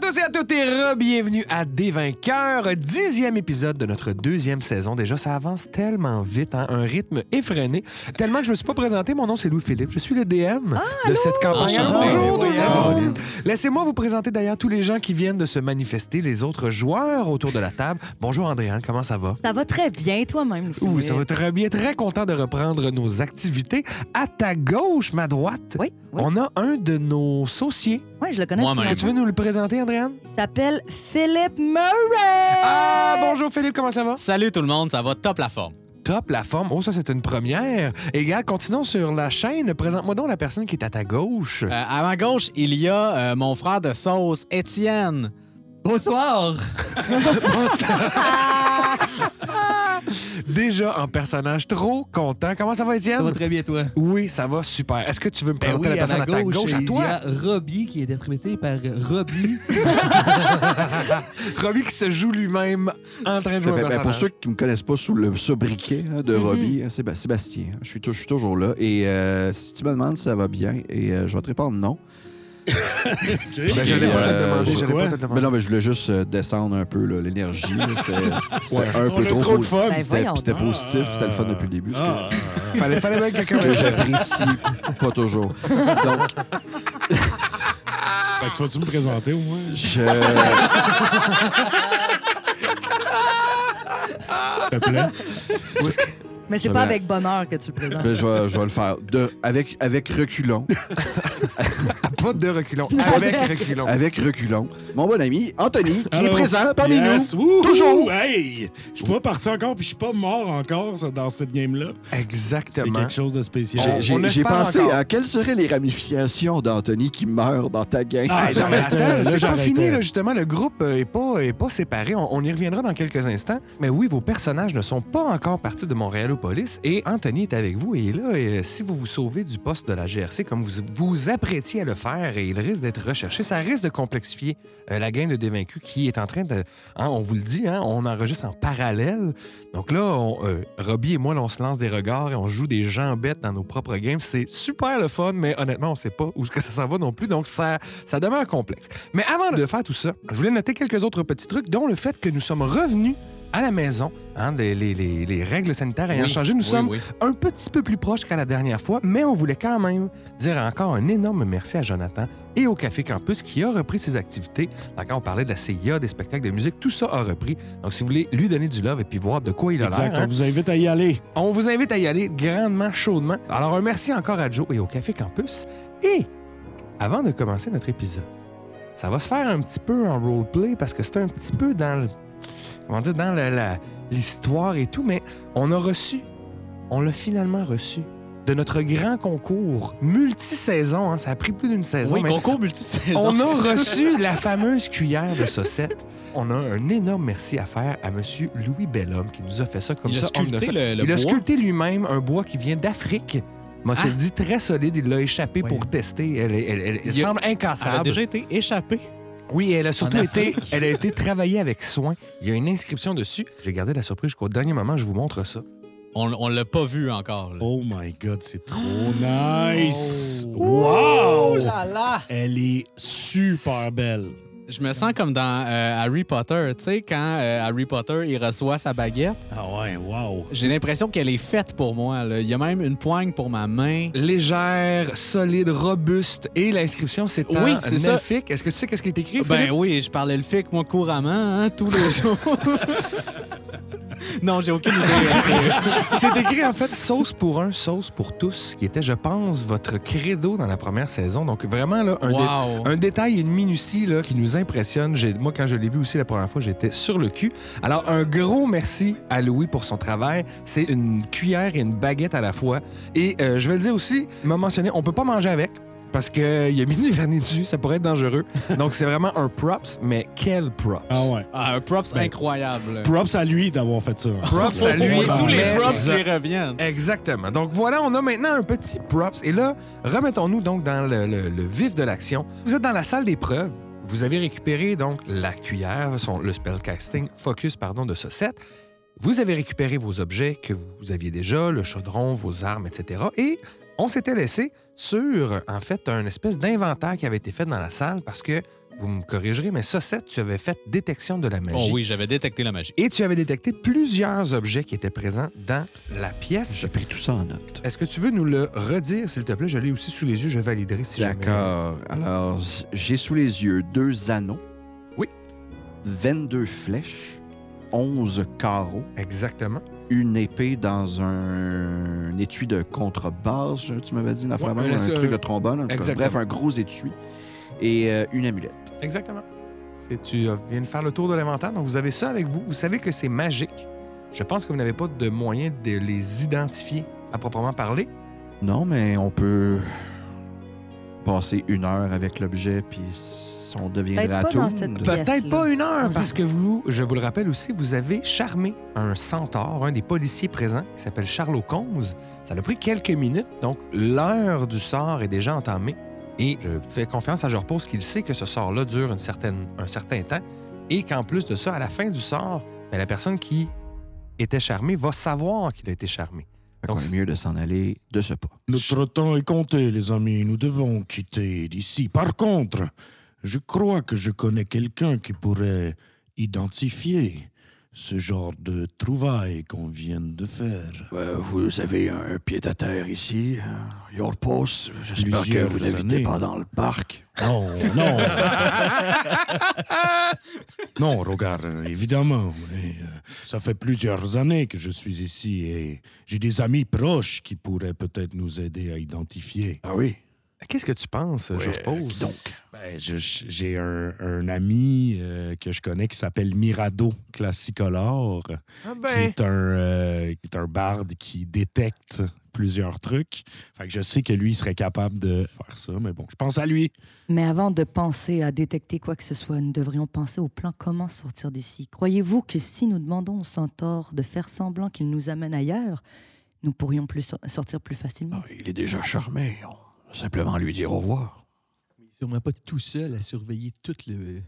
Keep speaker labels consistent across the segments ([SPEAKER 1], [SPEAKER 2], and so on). [SPEAKER 1] tous et à toutes et re-bienvenue à Des Vainqueurs, dixième épisode de notre deuxième saison. Déjà, ça avance tellement vite, hein, un rythme effréné, tellement que je me suis pas présenté. Mon nom, c'est Louis-Philippe. Je suis le DM de cette campagne.
[SPEAKER 2] Enchanté.
[SPEAKER 1] Bonjour tout le
[SPEAKER 2] Voyons.
[SPEAKER 1] monde. Laissez-moi vous présenter d'ailleurs tous les gens qui viennent de se manifester, les autres joueurs autour de la table. Bonjour Andréane, comment ça va?
[SPEAKER 3] Ça va très bien, toi-même. Louis-Philippe.
[SPEAKER 1] Ouh, ça va très bien. Très content de reprendre nos activités. À ta gauche, ma droite,
[SPEAKER 3] Oui, oui.
[SPEAKER 1] on a un de nos sociés.
[SPEAKER 3] Ouais, je le connais.
[SPEAKER 2] Moi-même.
[SPEAKER 1] Est-ce que tu veux nous le présenter, Andréane?
[SPEAKER 3] Il s'appelle Philippe Murray.
[SPEAKER 1] Ah, bonjour Philippe, comment ça va?
[SPEAKER 2] Salut tout le monde, ça va top la forme.
[SPEAKER 1] Top, la forme. Oh, ça, c'est une première. Et gars, continuons sur la chaîne. Présente-moi donc la personne qui est à ta gauche.
[SPEAKER 2] Euh, à ma gauche, il y a euh, mon frère de sauce, Étienne.
[SPEAKER 4] Bonsoir!
[SPEAKER 1] Déjà en personnage, trop content. Comment ça va, Étienne?
[SPEAKER 4] Ça va très bien, toi?
[SPEAKER 1] Oui, ça va super. Est-ce que tu veux me
[SPEAKER 4] Ben
[SPEAKER 1] présenter
[SPEAKER 4] oui,
[SPEAKER 1] la personne
[SPEAKER 4] ma
[SPEAKER 1] à, ta gauche, à
[SPEAKER 4] Il
[SPEAKER 1] toi?
[SPEAKER 4] y a Robbie qui est interprété par Robbie.
[SPEAKER 1] Robbie qui se joue lui-même en train de
[SPEAKER 5] Ça
[SPEAKER 1] jouer un
[SPEAKER 5] fait- ben,
[SPEAKER 1] personnage.
[SPEAKER 5] pour ceux qui ne me connaissent pas sous le sobriquet hein, de Robbie, hein, Séba- Sébastien, hein, je suis, tou- je suis toujours là. Et euh, si tu me demandes si ça va bien, et euh, je vais te répondre non.
[SPEAKER 1] Ben, j'allais
[SPEAKER 5] Et,
[SPEAKER 1] pas te le
[SPEAKER 5] euh,
[SPEAKER 1] demander,
[SPEAKER 5] je-
[SPEAKER 1] j'allais pas te le
[SPEAKER 5] Mais
[SPEAKER 1] demander.
[SPEAKER 5] non, mais je voulais juste euh, descendre un peu là, l'énergie. là. C'était c'était un peu trop, po-
[SPEAKER 3] Ben,
[SPEAKER 5] C'était
[SPEAKER 3] voyons
[SPEAKER 5] c'était
[SPEAKER 3] donc.
[SPEAKER 5] positif, c'était le fun depuis le début. ce
[SPEAKER 6] Ah.
[SPEAKER 5] que-
[SPEAKER 1] Fallait, fallait bien que quelqu'un
[SPEAKER 5] que j'apprécie pas toujours. Donc,
[SPEAKER 6] Ben, tu vas-tu me présenter au moins?
[SPEAKER 5] je...
[SPEAKER 6] S'il te plaît.
[SPEAKER 1] Où est-ce que-
[SPEAKER 3] Mais c'est
[SPEAKER 5] Ça
[SPEAKER 3] pas
[SPEAKER 5] va.
[SPEAKER 3] avec bonheur que tu le présentes.
[SPEAKER 5] ben, je vais, je vais le faire de, avec, avec reculons.
[SPEAKER 1] Pas de reculons, avec reculons.
[SPEAKER 5] Avec reculons. Mon bon ami Anthony, qui est
[SPEAKER 6] Allô?
[SPEAKER 5] présent parmi
[SPEAKER 6] Yes.
[SPEAKER 5] nous.
[SPEAKER 6] Wouhou!
[SPEAKER 5] Toujours.
[SPEAKER 6] Hey! Je suis pas parti encore, puis je suis pas mort encore ça, dans cette game-là. C'est
[SPEAKER 1] Exactement.
[SPEAKER 6] quelque chose de
[SPEAKER 5] J'ai-
[SPEAKER 6] spécial.
[SPEAKER 1] On-
[SPEAKER 5] J'ai j'ai
[SPEAKER 1] espère
[SPEAKER 5] pensé
[SPEAKER 1] encore.
[SPEAKER 5] à quelles seraient les ramifications d'Anthony qui meurt dans ta gang.
[SPEAKER 6] Ah,
[SPEAKER 1] Hey, non, mais
[SPEAKER 6] J'arrête,
[SPEAKER 1] attends,
[SPEAKER 6] euh, là,
[SPEAKER 1] c'est pas
[SPEAKER 6] j'arrête,
[SPEAKER 1] fini,
[SPEAKER 6] euh.
[SPEAKER 1] là, justement. Le groupe euh, est pas, est pas séparé. On, on y reviendra dans quelques instants. Mais oui, vos personnages ne sont pas encore partis de Montréalopolis et Anthony est avec vous. Et il est là, et, euh, si vous vous sauvez du poste de la GRC comme vous vous apprêtiez à le faire et il risque d'être recherché, ça risque de complexifier euh, la gang de dévaincus qui est en train de. hein, on vous le dit, hein, on enregistre en parallèle. Donc là, on, euh, Robbie et moi, là, on se lance des regards et on joue des gens bêtes dans nos propres games. C'est super le fun, mais honnêtement, on sait pas où est-ce que ça s'en va non plus. Donc ça, ça demeure complexe. Mais avant de faire tout ça, je voulais noter quelques autres petits trucs, dont le fait que nous sommes revenus à la maison, hein, les, les- les- les règles sanitaires ayant
[SPEAKER 2] Oui,
[SPEAKER 1] changé, nous
[SPEAKER 2] oui,
[SPEAKER 1] sommes
[SPEAKER 2] oui.
[SPEAKER 1] un petit peu plus proches qu'à la dernière fois, mais on voulait quand même dire encore un énorme merci à Jonathan et au Café Campus qui a repris ses activités. Donc, quand on parlait de la CIA, des spectacles de musique, tout ça a repris. Donc, si vous voulez lui donner du love et puis voir de quoi il a l'air,
[SPEAKER 6] Exact,
[SPEAKER 1] hein,
[SPEAKER 6] on vous invite à y aller.
[SPEAKER 1] on vous invite à y aller grandement, chaudement. Alors, un merci encore à Joe et au Café Campus. Et avant de commencer notre épisode, ça va se faire un petit peu en roleplay parce que c'est un petit peu dans le. Comment dire, dans la- la- l'histoire et tout, mais on a reçu, on l'a finalement reçu de notre grand concours multisaison. hein, ça a pris plus d'une saison.
[SPEAKER 2] Oui,
[SPEAKER 1] mais
[SPEAKER 2] concours multisaison.
[SPEAKER 1] on a reçu la fameuse cuillère de saucette. On a un énorme merci à faire à Monsieur Louis Bellhomme qui nous a fait ça comme
[SPEAKER 2] Il a
[SPEAKER 1] ça. on
[SPEAKER 2] sculpté
[SPEAKER 1] ça.
[SPEAKER 2] le, le
[SPEAKER 1] il a
[SPEAKER 2] bois.
[SPEAKER 1] sculpté lui-même un bois qui vient d'Afrique.
[SPEAKER 2] Ah.
[SPEAKER 1] M'a-t-il dit très solide, il l'a échappé
[SPEAKER 2] Ouais.
[SPEAKER 1] pour tester. Elle, est- elle- elle- elle
[SPEAKER 2] Il a-
[SPEAKER 1] semble
[SPEAKER 2] Ça a
[SPEAKER 1] incassable.
[SPEAKER 2] déjà été échappé.
[SPEAKER 1] Oui, elle a surtout
[SPEAKER 2] En
[SPEAKER 1] été,
[SPEAKER 2] Afrique.
[SPEAKER 1] elle a été travaillée avec soin. Il y a une inscription dessus. J'ai gardé la surprise jusqu'au dernier moment. Je vous montre ça.
[SPEAKER 2] On, on l'a pas vu encore. là.
[SPEAKER 6] Oh my God, c'est trop nice!
[SPEAKER 2] Oh
[SPEAKER 6] Wow!
[SPEAKER 2] là là!
[SPEAKER 6] Elle est super belle.
[SPEAKER 2] Je me sens comme dans euh, Harry Potter. Tu sais, quand euh, Harry Potter, il reçoit sa baguette,
[SPEAKER 6] Ah ouais, wow!
[SPEAKER 2] j'ai l'impression qu'elle est faite pour moi. là. Il y a même une poigne pour ma main.
[SPEAKER 1] Légère, solide, robuste. Et l'inscription, c'est
[SPEAKER 2] Oui,
[SPEAKER 1] en
[SPEAKER 2] c'est ça.
[SPEAKER 1] elfique. Est-ce que tu sais qu'est-ce qui est écrit?
[SPEAKER 2] Ben
[SPEAKER 1] Philippe?
[SPEAKER 2] oui, je parlais le fic, moi, couramment, hein, tous les jours. non, j'ai aucune idée. hein.
[SPEAKER 1] C'est écrit en fait sauce pour un, sauce pour tous, qui était, je pense, votre credo dans la première saison. Donc vraiment là, un, dé-
[SPEAKER 2] wow!
[SPEAKER 1] un détail, une minutie là, qui nous impressionne. J'ai- Moi, quand je l'ai vu aussi la première fois, j'étais sur le cul. Alors, un gros merci à Louis pour son travail. C'est une cuillère et une baguette à la fois. Et euh, je vais le dire aussi, il m'a mentionné, on peut pas manger avec. Parce qu'il a mis du vernis dessus, ça pourrait être dangereux. Donc, c'est vraiment un props, mais quel props?
[SPEAKER 6] Ah ouais.
[SPEAKER 2] Ah, un props
[SPEAKER 6] Ben,
[SPEAKER 2] incroyable.
[SPEAKER 6] Props à lui d'avoir fait ça.
[SPEAKER 1] Props à lui.
[SPEAKER 6] Ouais,
[SPEAKER 2] Tous les
[SPEAKER 1] Mais-
[SPEAKER 2] props lui reviennent.
[SPEAKER 1] Exactement. Donc voilà, on a maintenant un petit props. Et là, remettons-nous donc dans le, le- le vif de l'action. Vous êtes dans la salle d'épreuve. Vous avez récupéré donc la cuillère, son, le spellcasting focus pardon, de Saucette. Vous avez récupéré vos objets que vous aviez déjà, le chaudron, vos armes, etc. Et on s'était laissé sur, en fait, un espèce d'inventaire qui avait été fait dans la salle parce que vous me corrigerez, mais Sossette, tu avais fait détection de la magie.
[SPEAKER 2] Oh oui, j'avais détecté la magie.
[SPEAKER 1] Et tu avais détecté plusieurs objets qui étaient présents dans la pièce.
[SPEAKER 5] J'ai pris tout ça en note.
[SPEAKER 1] Est-ce que tu veux nous le redire, s'il te plaît? Je l'ai aussi sous les yeux, je validerai si jamais.
[SPEAKER 5] D'accord. Alors, j'ai sous les yeux deux anneaux.
[SPEAKER 1] Oui.
[SPEAKER 5] 22 flèches. 11 carreaux.
[SPEAKER 1] Exactement.
[SPEAKER 5] Une épée dans un, un étui de contrebasse, je- tu m'avais dit, une affaire
[SPEAKER 1] Ouais,
[SPEAKER 5] de même,
[SPEAKER 1] un-
[SPEAKER 5] un,
[SPEAKER 1] un-
[SPEAKER 5] truc de trombone. en tout cas.
[SPEAKER 1] Exactement.
[SPEAKER 5] Bref, un gros étui. Et euh, une amulette.
[SPEAKER 1] Exactement. C'est- Tu euh, viens de faire le tour de l'inventaire, donc vous avez ça avec vous. Vous savez que c'est magique. Je pense que vous n'avez pas de moyen de les identifier à proprement parler.
[SPEAKER 5] Non, mais on peut passer une heure avec l'objet, puis on deviendra
[SPEAKER 3] Peut-être pas
[SPEAKER 5] tout.
[SPEAKER 3] dans cette pièce.
[SPEAKER 1] Peut-être
[SPEAKER 3] là.
[SPEAKER 1] pas une heure, parce que vous, je vous le rappelle aussi, vous avez charmé un centaure, un des policiers présents, qui s'appelle Charles Combs. Ça l'a pris quelques minutes, donc l'heure du sort est déjà entamée. Et je fais confiance à Je repose qu'il sait que ce sort-là dure une certaine, un certain temps et qu'en plus de ça, à la fin du sort, ben, la personne qui était charmée va savoir qu'il a été charmé. Donc,
[SPEAKER 5] c'est mieux de s'en aller de ce pas.
[SPEAKER 6] Notre temps est compté, les amis. Nous devons quitter d'ici. Par contre, je crois que je connais quelqu'un qui pourrait identifier ce genre de trouvaille qu'on vient de faire.
[SPEAKER 5] Euh, vous avez un pied à terre ici, euh, Your Post. J'espère que
[SPEAKER 6] Plusieurs
[SPEAKER 5] vous n'habitez
[SPEAKER 6] années.
[SPEAKER 5] pas dans le parc.
[SPEAKER 6] Non, non. non, regarde, euh, évidemment. mais, euh, ça fait plusieurs années que je suis ici et j'ai des amis proches qui pourraient peut-être nous aider à identifier.
[SPEAKER 5] Ah oui?
[SPEAKER 1] Qu'est-ce que tu penses, Je repose?
[SPEAKER 5] Donc,
[SPEAKER 6] Ben, je- je- j'ai un, un ami euh, que je connais qui s'appelle Mirado Classicolore,
[SPEAKER 1] Ah
[SPEAKER 6] qui,
[SPEAKER 1] ben,
[SPEAKER 6] est un, euh, qui est un barde qui détecte plusieurs trucs. Fait que je sais que lui, il serait capable de faire ça, mais bon, je pense à lui.
[SPEAKER 3] Mais avant de penser à détecter quoi que ce soit, nous devrions penser au plan comment sortir d'ici. Croyez-vous que si nous demandons au centaure de faire semblant qu'il nous amène ailleurs, nous pourrions plus so- sortir plus facilement?
[SPEAKER 5] ah, il est déjà charmé. On va simplement lui dire au revoir.
[SPEAKER 4] Sûrement pas tout seul à surveiller tout le.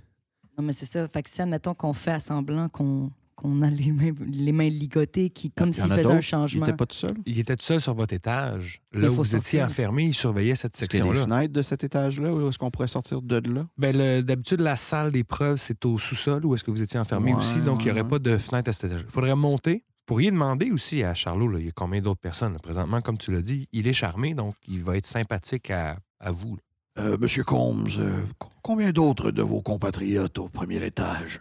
[SPEAKER 3] Non, mais c'est ça. Fait que ça, mettons qu'on fait à semblant qu'on qu'on a les mains, les mains ligotées, qui, comme
[SPEAKER 5] Ah, Il y en
[SPEAKER 3] s'il
[SPEAKER 5] a
[SPEAKER 3] faisait un
[SPEAKER 5] d'autres?
[SPEAKER 3] changement.
[SPEAKER 5] Il était pas tout seul?
[SPEAKER 1] il était tout seul sur votre étage.
[SPEAKER 3] Mais
[SPEAKER 1] Là où
[SPEAKER 3] faut
[SPEAKER 1] vous étiez
[SPEAKER 3] sortir.
[SPEAKER 1] enfermé, il surveillait cette
[SPEAKER 5] C'était les
[SPEAKER 1] section-là.
[SPEAKER 5] fenêtres de cet étage-là ou est-ce qu'on pourrait sortir de là?
[SPEAKER 1] Ben, le- d'habitude, la salle d'épreuve, c'est au sous-sol où est-ce que vous étiez enfermé
[SPEAKER 5] Ouais,
[SPEAKER 1] aussi, donc il n'y
[SPEAKER 5] ouais,
[SPEAKER 1] aurait
[SPEAKER 5] ouais.
[SPEAKER 1] pas de fenêtre à cet étage. Il faudrait monter. Vous pourriez demander aussi à Charlot, là, il y a combien d'autres personnes. là. Présentement, comme tu l'as dit, il est charmé, donc il va être sympathique à, à vous. là.
[SPEAKER 5] Euh, Monsieur Combs, euh, co- combien d'autres de vos compatriotes au premier étage?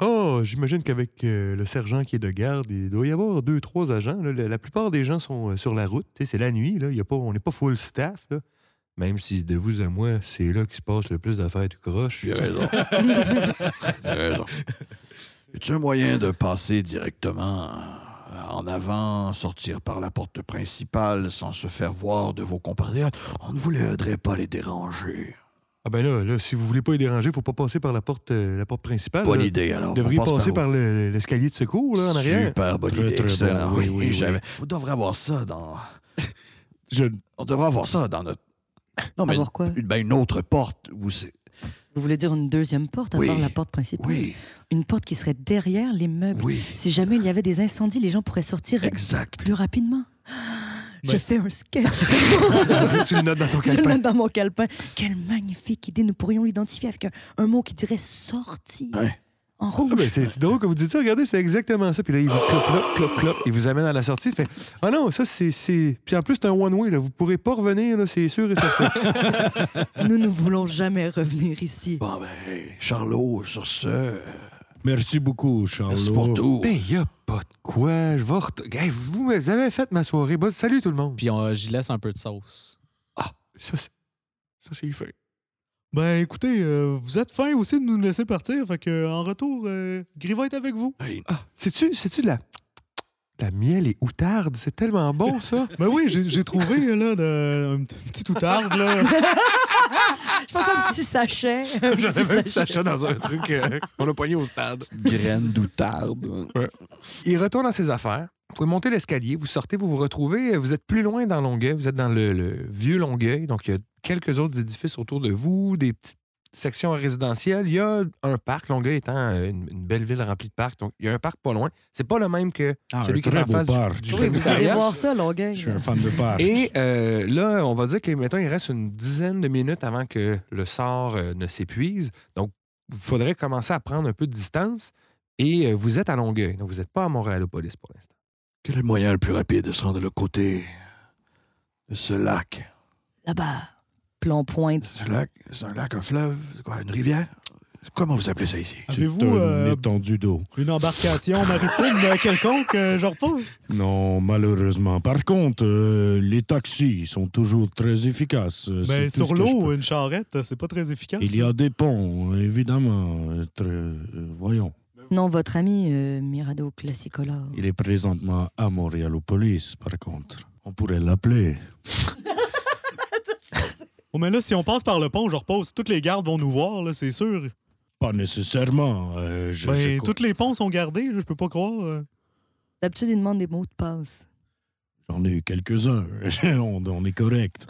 [SPEAKER 7] Oh, j'imagine qu'avec euh, le sergent qui est de garde, il doit y avoir deux, trois agents. là. La, la plupart des gens sont euh, sur la route. Tu sais, C'est la nuit. Là. Il Y a pas, on n'est pas full staff. là. Même si, de vous à moi, c'est là qu'il se passe le plus d'affaires tout croche.
[SPEAKER 5] J'ai raison. J'ai raison. Y a un moyen de passer directement euh, en avant, sortir par la porte principale sans se faire voir de vos compatriotes? On ne voudrait pas les déranger.
[SPEAKER 7] Ah ben là, là, si vous voulez pas les déranger, faut pas passer par la porte, euh, la porte principale.
[SPEAKER 5] Bonne
[SPEAKER 7] là.
[SPEAKER 5] idée, alors.
[SPEAKER 7] Vous devriez
[SPEAKER 5] On passe
[SPEAKER 7] passer
[SPEAKER 5] par
[SPEAKER 7] par, le- l'escalier de secours là, en arrière.
[SPEAKER 5] Super bonne
[SPEAKER 6] Très,
[SPEAKER 5] idée.
[SPEAKER 6] très
[SPEAKER 5] Excellent.
[SPEAKER 6] bon.
[SPEAKER 5] Oui,
[SPEAKER 6] Oui,
[SPEAKER 5] oui,
[SPEAKER 6] oui,
[SPEAKER 5] j'avais- On devrait avoir ça dans.
[SPEAKER 6] Je...
[SPEAKER 5] On devrait avoir ça dans notre. Non, mais
[SPEAKER 3] Avoir quoi?
[SPEAKER 5] une- ben, une autre porte où c'est.
[SPEAKER 3] Vous voulez dire une deuxième porte à
[SPEAKER 5] Oui.
[SPEAKER 3] part la porte principale?
[SPEAKER 5] Oui,
[SPEAKER 3] Une porte qui serait derrière les meubles.
[SPEAKER 5] oui,
[SPEAKER 3] Si jamais il y avait des incendies, les gens pourraient sortir
[SPEAKER 5] exact.
[SPEAKER 3] plus rapidement. Je
[SPEAKER 2] Ouais.
[SPEAKER 3] fais un sketch.
[SPEAKER 7] tu le notes dans ton
[SPEAKER 3] Je le
[SPEAKER 7] calepin.
[SPEAKER 3] note dans mon calepin. Quelle magnifique idée. Nous pourrions l'identifier avec un, un mot qui dirait sorti
[SPEAKER 5] Ouais.
[SPEAKER 3] en
[SPEAKER 7] Ah,
[SPEAKER 3] rouge.
[SPEAKER 7] ben, c'est c'est drôle que vous dites ça. Regardez, c'est exactement ça. Puis là, il vous clop, clop, clop, clop. Il vous amène à la sortie. Fait, ah non, ça, c'est- c'est. Puis en plus, c'est un one-way. Là. Vous pourrez pas revenir, là, c'est sûr et certain.
[SPEAKER 3] Nous ne voulons jamais revenir ici.
[SPEAKER 5] Bon, ben, hey, Charlot, sur ce, euh,
[SPEAKER 6] Merci beaucoup, Charlot.
[SPEAKER 5] merci pour tout.
[SPEAKER 7] ben, y a pas de quoi. Je vais. ret- Hey, vous, vous avez fait ma soirée. Bon, salut tout le monde.
[SPEAKER 2] Puis on- j'y laisse un peu de sauce.
[SPEAKER 7] Ça, c'est- ça, c'est fait.
[SPEAKER 2] Ben écoutez, vous êtes fin aussi de nous laisser partir. Fait que en retour, euh, Griva est avec vous.
[SPEAKER 5] Hey,
[SPEAKER 7] C'est-tu, c'est-tu ah, de la. de La miel et outarde, c'est tellement bon, ça. ben oui, j'ai trouvé, là, un petit outarde, là.
[SPEAKER 3] Je pense à un petit sachet. un petit
[SPEAKER 1] J'avais même
[SPEAKER 3] sachet.
[SPEAKER 1] Sacha dans un truc euh, qu'on a poigné au stade.
[SPEAKER 5] graine d'outarde.
[SPEAKER 1] Il retourne à ses affaires. Vous pouvez monter l'escalier, vous sortez, vous vous retrouvez. euh, Vous êtes plus loin dans Longueuil, vous êtes dans le, le vieux Longueuil. Donc, il y a quelques autres édifices autour de vous, des petites section résidentielle, il y a un parc. Longueuil étant euh, une, une belle ville remplie de parcs, donc il y a un parc pas loin. C'est pas le même que
[SPEAKER 6] Ah,
[SPEAKER 1] celui
[SPEAKER 6] un
[SPEAKER 1] qui est
[SPEAKER 6] très
[SPEAKER 1] en
[SPEAKER 6] beau
[SPEAKER 1] face du-
[SPEAKER 6] parc.
[SPEAKER 1] du,
[SPEAKER 6] Je
[SPEAKER 3] Oui, vous
[SPEAKER 1] commissariat.
[SPEAKER 3] allez voir ça, Longueuil.
[SPEAKER 6] Je suis un fan de parc.
[SPEAKER 1] Et euh, là, on va dire que, mettons, il reste une dizaine de minutes avant que le sort euh, ne s'épuise. Donc, il faudrait commencer à prendre un peu de distance. Et euh, vous êtes à Longueuil. Donc, vous n'êtes pas à Montréalopolis pour l'instant.
[SPEAKER 5] Quel est le moyen le plus rapide de se rendre de l'autre côté de ce lac?
[SPEAKER 3] Là-bas, plan pointe.
[SPEAKER 5] Ce lac, c'est un lac, un fleuve, c'est quoi, une rivière? Comment vous appelez ça ici?
[SPEAKER 6] C'est
[SPEAKER 2] Avez-vous,
[SPEAKER 6] une
[SPEAKER 2] euh,
[SPEAKER 6] étendue d'eau.
[SPEAKER 2] Une embarcation maritime euh, quelconque, je repousse.
[SPEAKER 6] Non, malheureusement. Par contre, euh, les taxis sont toujours très efficaces. Euh,
[SPEAKER 2] Mais
[SPEAKER 6] c'est
[SPEAKER 2] Ben, sur
[SPEAKER 6] tout ce que je
[SPEAKER 2] l'eau, hein,
[SPEAKER 6] peux-
[SPEAKER 2] une charrette, c'est pas très efficace.
[SPEAKER 6] Il y a des ponts, évidemment. euh, Très, euh, voyons.
[SPEAKER 3] Non, votre ami euh, Mirado Classicolor.
[SPEAKER 6] Il est présentement à Montréalopolis, par contre. On pourrait l'appeler.
[SPEAKER 2] Oh, mais là, si on passe par le pont, je repose. Toutes les gardes vont nous voir, là, c'est sûr.
[SPEAKER 6] Pas nécessairement. euh, je, je
[SPEAKER 2] Ben,
[SPEAKER 6] co-
[SPEAKER 2] toutes les ponts sont gardés, là, je peux pas croire. euh.
[SPEAKER 3] D'habitude, il demande des mots de passe.
[SPEAKER 6] J'en ai eu quelques-uns. on, on est correct.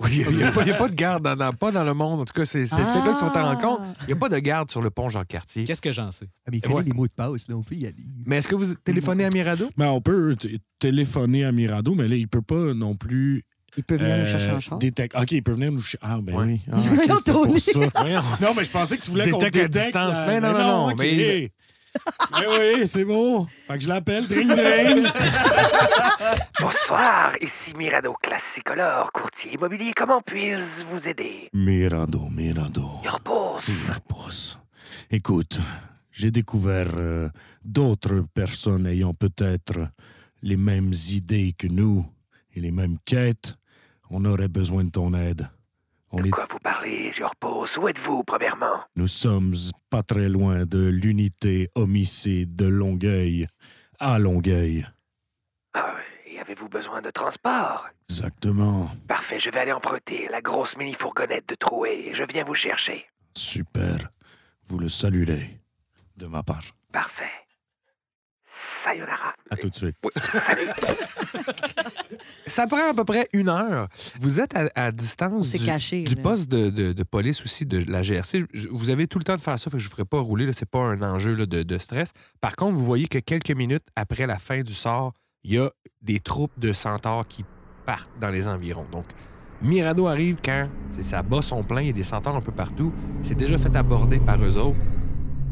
[SPEAKER 1] Oui, il n'y a, pas- il y a pas de garde, dans, dans- pas dans le monde. En tout cas, c'est c'est peut-être là que tu vas t'en rendre compte. Il n'y a pas de garde sur le pont Jean-Cartier.
[SPEAKER 2] Ah. Qu'est-ce que j'en sais?
[SPEAKER 4] Ah, mais il
[SPEAKER 1] connaît
[SPEAKER 4] connaît
[SPEAKER 1] Ouais.
[SPEAKER 4] les mots de passe, là, on peut y aller.
[SPEAKER 1] Mais est-ce que vous téléphonez à Mirado?
[SPEAKER 6] Mais on peut t- téléphoner à Mirado, mais là, il peut pas non plus.
[SPEAKER 3] Il peut venir nous
[SPEAKER 6] euh,
[SPEAKER 3] chercher en char.
[SPEAKER 6] détec- OK, il peut venir nous. ch- Ah, ben
[SPEAKER 1] Ouais.
[SPEAKER 6] oui. Ah, ok, c'était pour
[SPEAKER 3] Tony.
[SPEAKER 6] ça.
[SPEAKER 1] Voyons.
[SPEAKER 6] Non, mais Ben, je pensais que tu voulais qu'on
[SPEAKER 1] Détecte
[SPEAKER 6] détecte
[SPEAKER 1] à distance.
[SPEAKER 6] la-
[SPEAKER 1] Mais non, non, non,
[SPEAKER 6] ok.
[SPEAKER 1] mais-
[SPEAKER 6] Mais oui, c'est bon. Fait que je l'appelle. Dring, dring.
[SPEAKER 8] Bonsoir, ici Mirado Classicolor, courtier immobilier. Comment puis-je vous aider?
[SPEAKER 6] Mirado, Mirado.
[SPEAKER 8] Your boss.
[SPEAKER 6] C'est leur boss. Écoute, j'ai découvert euh, d'autres personnes ayant peut-être les mêmes idées que nous et les mêmes quêtes. On aurait besoin de ton aide. On
[SPEAKER 8] De
[SPEAKER 6] est-
[SPEAKER 8] quoi vous parlez, Your boss? Où êtes-vous, premièrement?
[SPEAKER 6] nous sommes pas très loin de l'unité homicide de Longueuil à Longueuil.
[SPEAKER 8] Ah, et avez-vous besoin de transport?
[SPEAKER 6] Exactement.
[SPEAKER 8] Parfait, je vais aller emprunter la grosse mini-fourgonnette de Troué et je viens vous chercher.
[SPEAKER 6] Super. Vous le saluerez de ma part.
[SPEAKER 8] Parfait. Sayonara.
[SPEAKER 6] À tout de suite.
[SPEAKER 1] Ça prend à peu près une heure. Vous êtes à, à
[SPEAKER 3] On
[SPEAKER 1] distance
[SPEAKER 3] s'est
[SPEAKER 1] du,
[SPEAKER 3] caché.
[SPEAKER 1] du
[SPEAKER 3] là.
[SPEAKER 1] poste de, de- de police aussi de la GRC. Je- Vous avez tout le temps de faire ça, fait que je ne vous ferai pas rouler. là, C'est pas un enjeu là, de, de stress. Par contre, vous voyez que quelques minutes après la fin du sort, il y a des troupes de centaures qui partent dans les environs. Donc, Mirado arrive quand c'est- ça bat son plein. Il y a des centaures un peu partout. C'est déjà fait aborder par eux autres.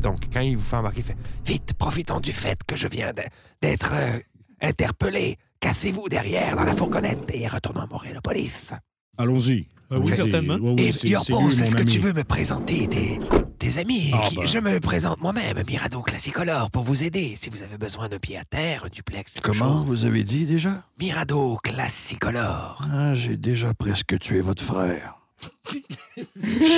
[SPEAKER 1] Donc, quand il vous fait embarquer, il fait Vite, profitons du fait que je viens de- d'être euh, interpellé. Cassez-vous derrière dans la fourgonnette et retournons à Montréal-Police.
[SPEAKER 6] Allons-y.
[SPEAKER 2] Euh, Ah
[SPEAKER 1] Ah
[SPEAKER 2] oui,
[SPEAKER 6] Allons-y.
[SPEAKER 2] certainement.
[SPEAKER 6] Ouais, ouais,
[SPEAKER 8] Et
[SPEAKER 6] c'est-
[SPEAKER 8] Your
[SPEAKER 6] Eh, c'est
[SPEAKER 8] boss,
[SPEAKER 6] lui,
[SPEAKER 8] est-ce
[SPEAKER 6] mon
[SPEAKER 8] que tu
[SPEAKER 6] ami.
[SPEAKER 8] veux me présenter tes, tes amis?
[SPEAKER 6] Ah,
[SPEAKER 8] Qui-
[SPEAKER 6] ben.
[SPEAKER 8] Je me présente moi-même, Mirado Classicolor, pour vous aider. Si vous avez besoin d'un pied à terre, un duplex, quelque
[SPEAKER 5] Comment
[SPEAKER 8] chose.
[SPEAKER 5] vous avez dit déjà?
[SPEAKER 8] Mirado Classicolor.
[SPEAKER 5] Ah, j'ai déjà presque tué votre frère.
[SPEAKER 8] Je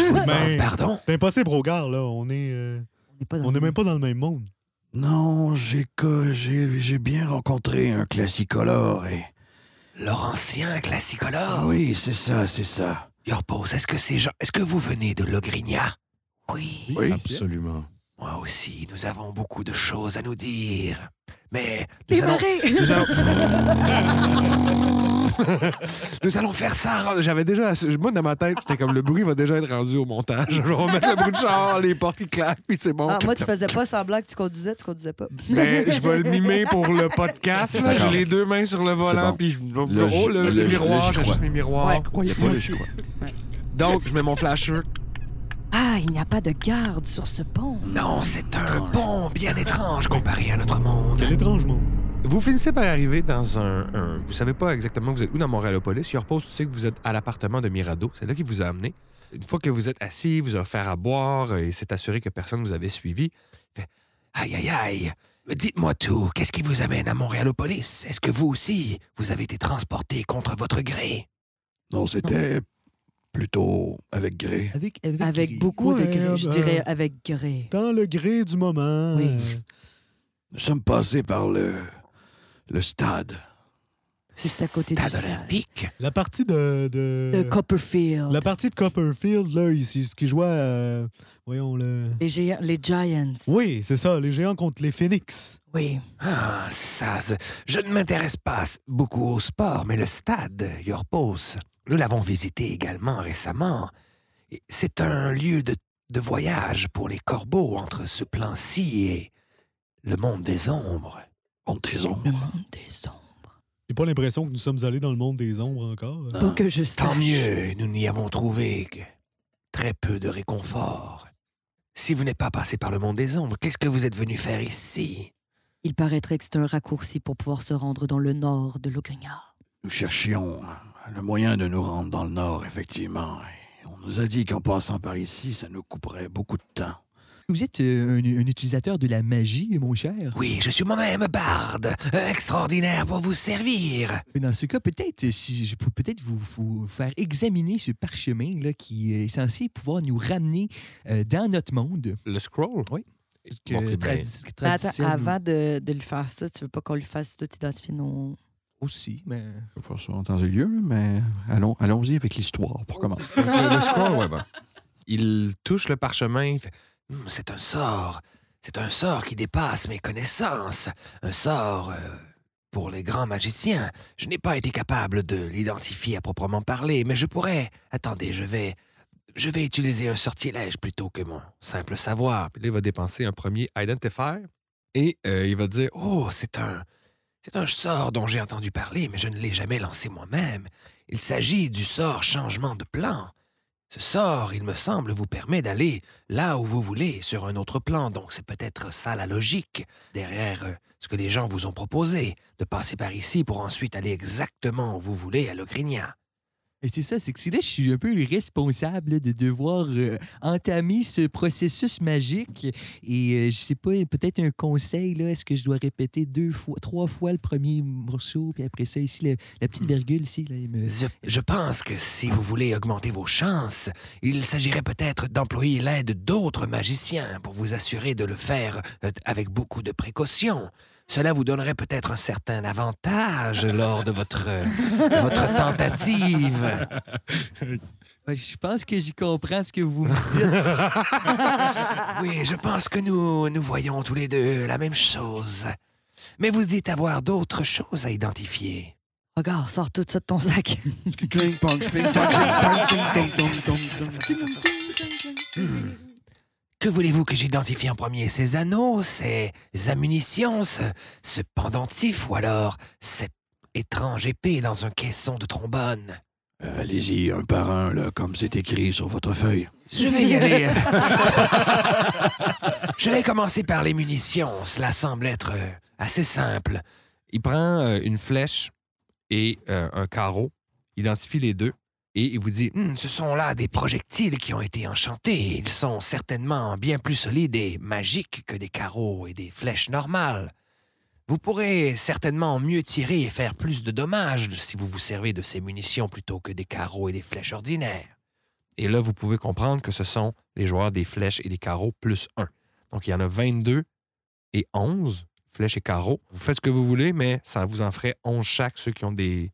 [SPEAKER 8] vous demande
[SPEAKER 2] Ben.
[SPEAKER 5] ah,
[SPEAKER 8] pardon.
[SPEAKER 2] C'est impossible au gars, là. On est, euh,
[SPEAKER 3] On n'est pas dans
[SPEAKER 2] on
[SPEAKER 3] le-
[SPEAKER 2] est même pas dans le même monde.
[SPEAKER 5] Non, j'ai co- j'ai j'ai bien rencontré un classicolore et...
[SPEAKER 8] Laurentien Classicolor.
[SPEAKER 5] Ah oui, c'est ça, c'est ça.
[SPEAKER 8] Your boss, est-ce que ces gens. Est-ce que vous venez de Logrinia? Oui.
[SPEAKER 5] Oui.
[SPEAKER 6] Absolument.
[SPEAKER 8] Moi aussi, nous avons beaucoup de choses à nous dire. Mais nous allons,
[SPEAKER 3] Démarrez!
[SPEAKER 1] Nous allons-
[SPEAKER 8] nous allons faire ça.
[SPEAKER 1] J'avais déjà. Moi, dans ma tête, j'étais comme le bruit va déjà être rendu au montage. Je vais remettre le bruit de char, les portes qui claquent, puis c'est bon.
[SPEAKER 3] Ah, moi, tu faisais pas semblant que tu conduisais, tu conduisais pas.
[SPEAKER 1] Ben, je vais le mimer pour le podcast. là. Ah, J'ai
[SPEAKER 5] D'accord.
[SPEAKER 1] les deux mains sur le volant,
[SPEAKER 5] bon.
[SPEAKER 1] puis je-
[SPEAKER 5] Le
[SPEAKER 1] oh, le,
[SPEAKER 5] ju- le-
[SPEAKER 1] le miroir,
[SPEAKER 5] le-
[SPEAKER 1] j'ai
[SPEAKER 5] je
[SPEAKER 1] juste
[SPEAKER 5] crois.
[SPEAKER 1] mes miroirs.
[SPEAKER 5] Je croyais pas, je crois.
[SPEAKER 1] Donc, je mets mon flasher.
[SPEAKER 3] Ah, il n'y a pas de garde sur ce pont.
[SPEAKER 8] Non, c'est un pont bien étrange comparé à notre monde.
[SPEAKER 2] Quel étrange monde.
[SPEAKER 1] Vous finissez par arriver dans un, un- Vous savez pas exactement vous êtes où dans Montréalopolis. Il repose, tu sais que vous êtes à l'appartement de Mirado. C'est là qu'il vous a amené. Une fois que vous êtes assis, il vous a offert à boire et s'est assuré que personne ne vous avait suivi.
[SPEAKER 8] Aïe, aïe, aïe. Dites-moi tout, qu'est-ce qui vous amène à Montréalopolis? Est-ce que vous aussi, vous avez été transporté contre votre gré?
[SPEAKER 5] Non, c'était plutôt avec Grey.
[SPEAKER 4] Avec, avec,
[SPEAKER 3] Avec beaucoup
[SPEAKER 2] Ouais,
[SPEAKER 3] de gré, je
[SPEAKER 2] ben-
[SPEAKER 3] dirais avec gré.
[SPEAKER 2] Dans le gré du moment.
[SPEAKER 3] Oui.
[SPEAKER 2] euh,
[SPEAKER 5] Nous sommes passés par le, le stade.
[SPEAKER 3] Juste à côté du
[SPEAKER 8] Stade
[SPEAKER 3] stade.
[SPEAKER 8] olympique?
[SPEAKER 2] La partie de. de-
[SPEAKER 3] De Copperfield.
[SPEAKER 2] la partie de Copperfield, là, ici, ce qui jouait. euh, voyons, le.
[SPEAKER 3] Les, géants, les Giants.
[SPEAKER 2] Oui, c'est ça, les géants contre les phénix.
[SPEAKER 3] Oui.
[SPEAKER 8] Ah, ça, je- je ne m'intéresse pas s- beaucoup au sport, mais le stade, Yorpos, nous l'avons visité également récemment. Et C'est un lieu de de voyage pour les corbeaux entre ce plan-ci et le monde des ombres.
[SPEAKER 5] Honte des ombres.
[SPEAKER 3] Le monde des ombres.
[SPEAKER 9] J'ai pas l'impression que nous sommes allés dans le monde des ombres encore. hein.
[SPEAKER 3] Pas que je sache.
[SPEAKER 8] Tant mieux, nous n'y avons trouvé que très peu de réconfort. Si vous n'êtes pas passé par le monde des ombres, qu'est-ce que vous êtes venu faire ici
[SPEAKER 3] Il paraîtrait que c'est un raccourci pour pouvoir se rendre dans le nord de Logania.
[SPEAKER 5] Nous cherchions hein, le moyen de nous rendre dans le nord, effectivement. Et on nous a dit qu'en passant par ici, ça nous couperait beaucoup de temps.
[SPEAKER 10] Vous êtes euh, un, un utilisateur de la magie, mon cher.
[SPEAKER 8] Oui, je suis moi-même barde, euh, extraordinaire pour vous servir.
[SPEAKER 10] Mais Dans ce cas, peut-être euh, si je peux peut-être vous, vous faire examiner ce parchemin là, qui est censé pouvoir nous ramener euh, dans notre monde.
[SPEAKER 1] Le scroll?
[SPEAKER 10] Oui.
[SPEAKER 1] Que-
[SPEAKER 10] Euh, tradi-
[SPEAKER 1] ben,
[SPEAKER 3] Mais attends,
[SPEAKER 10] traditionnel
[SPEAKER 3] avant de, de lui faire ça, tu veux pas qu'on lui fasse tout identifier nos.
[SPEAKER 10] aussi, mais
[SPEAKER 5] Il faut ça en temps et lieu, mais allons, allons-y avec l'histoire pour commencer.
[SPEAKER 1] le, le score, ouais, ben. Il touche le parchemin. il fait,
[SPEAKER 8] Hmm, C'est un sort. C'est un sort qui dépasse mes connaissances. Un sort euh, pour les grands magiciens. Je n'ai pas été capable de l'identifier à proprement parler, mais je pourrais. Attendez, je vais. Je vais utiliser un sortilège plutôt que mon simple savoir.
[SPEAKER 1] Puis là, il va dépenser un premier identifier.
[SPEAKER 8] Et euh, il va dire Oh, c'est un. C'est un sort dont j'ai entendu parler, mais je ne l'ai jamais lancé moi-même. Il s'agit du sort changement de plan. Ce sort, il me semble, vous permet d'aller là où vous voulez, sur un autre plan, donc c'est peut-être ça la logique derrière euh, ce que les gens vous ont proposé, de passer par ici pour ensuite aller exactement où vous voulez à Logrinia.
[SPEAKER 10] Et c'est ça, c'est que c'est là que je suis un peu responsable là, de devoir euh, entamer ce processus magique. Et euh, je sais pas, peut-être un conseil, là, est-ce que je dois répéter deux fois, trois fois le premier morceau, puis après ça, ici, le- la petite
[SPEAKER 8] Hmm.
[SPEAKER 10] virgule, ici, là, il me-
[SPEAKER 8] Je, je pense que si vous voulez augmenter vos chances, il s'agirait peut-être d'employer l'aide d'autres magiciens pour vous assurer de le faire euh, avec beaucoup de précautions. Cela vous donnerait peut-être un certain avantage lors de votre, euh, de votre tentative.
[SPEAKER 10] Ouais, Je pense que j'y comprends ce que vous me dites.
[SPEAKER 8] Oui, je pense que nous, nous voyons tous les deux la même chose. Mais vous dites avoir d'autres choses à identifier.
[SPEAKER 3] Regarde, sors tout ça de ton sac.
[SPEAKER 8] Que voulez-vous que j'identifie en premier Ces anneaux, ces ammunitions, ce, ce pendentif ou alors cette étrange épée dans un caisson de trombone
[SPEAKER 5] Euh, allez-y, un par un, là, comme c'est écrit sur votre feuille.
[SPEAKER 8] Je vais y aller. je vais commencer par les munitions. Cela semble être euh, assez simple.
[SPEAKER 1] Il prend euh, une flèche et euh, un carreau, identifie les deux et il vous dit
[SPEAKER 8] Hmm, ce sont là des projectiles qui ont été enchantés. Ils sont certainement bien plus solides et magiques que des carreaux et des flèches normales. Vous pourrez certainement mieux tirer et faire plus de dommages si vous vous servez de ces munitions plutôt que des carreaux et des flèches ordinaires.
[SPEAKER 1] Et là, vous pouvez comprendre que ce sont les joueurs des flèches et des carreaux plus 1. Donc, il y en a 22 et 11, flèches et carreaux. Vous faites ce que vous voulez, mais ça vous en ferait 11 chaque, ceux qui ont des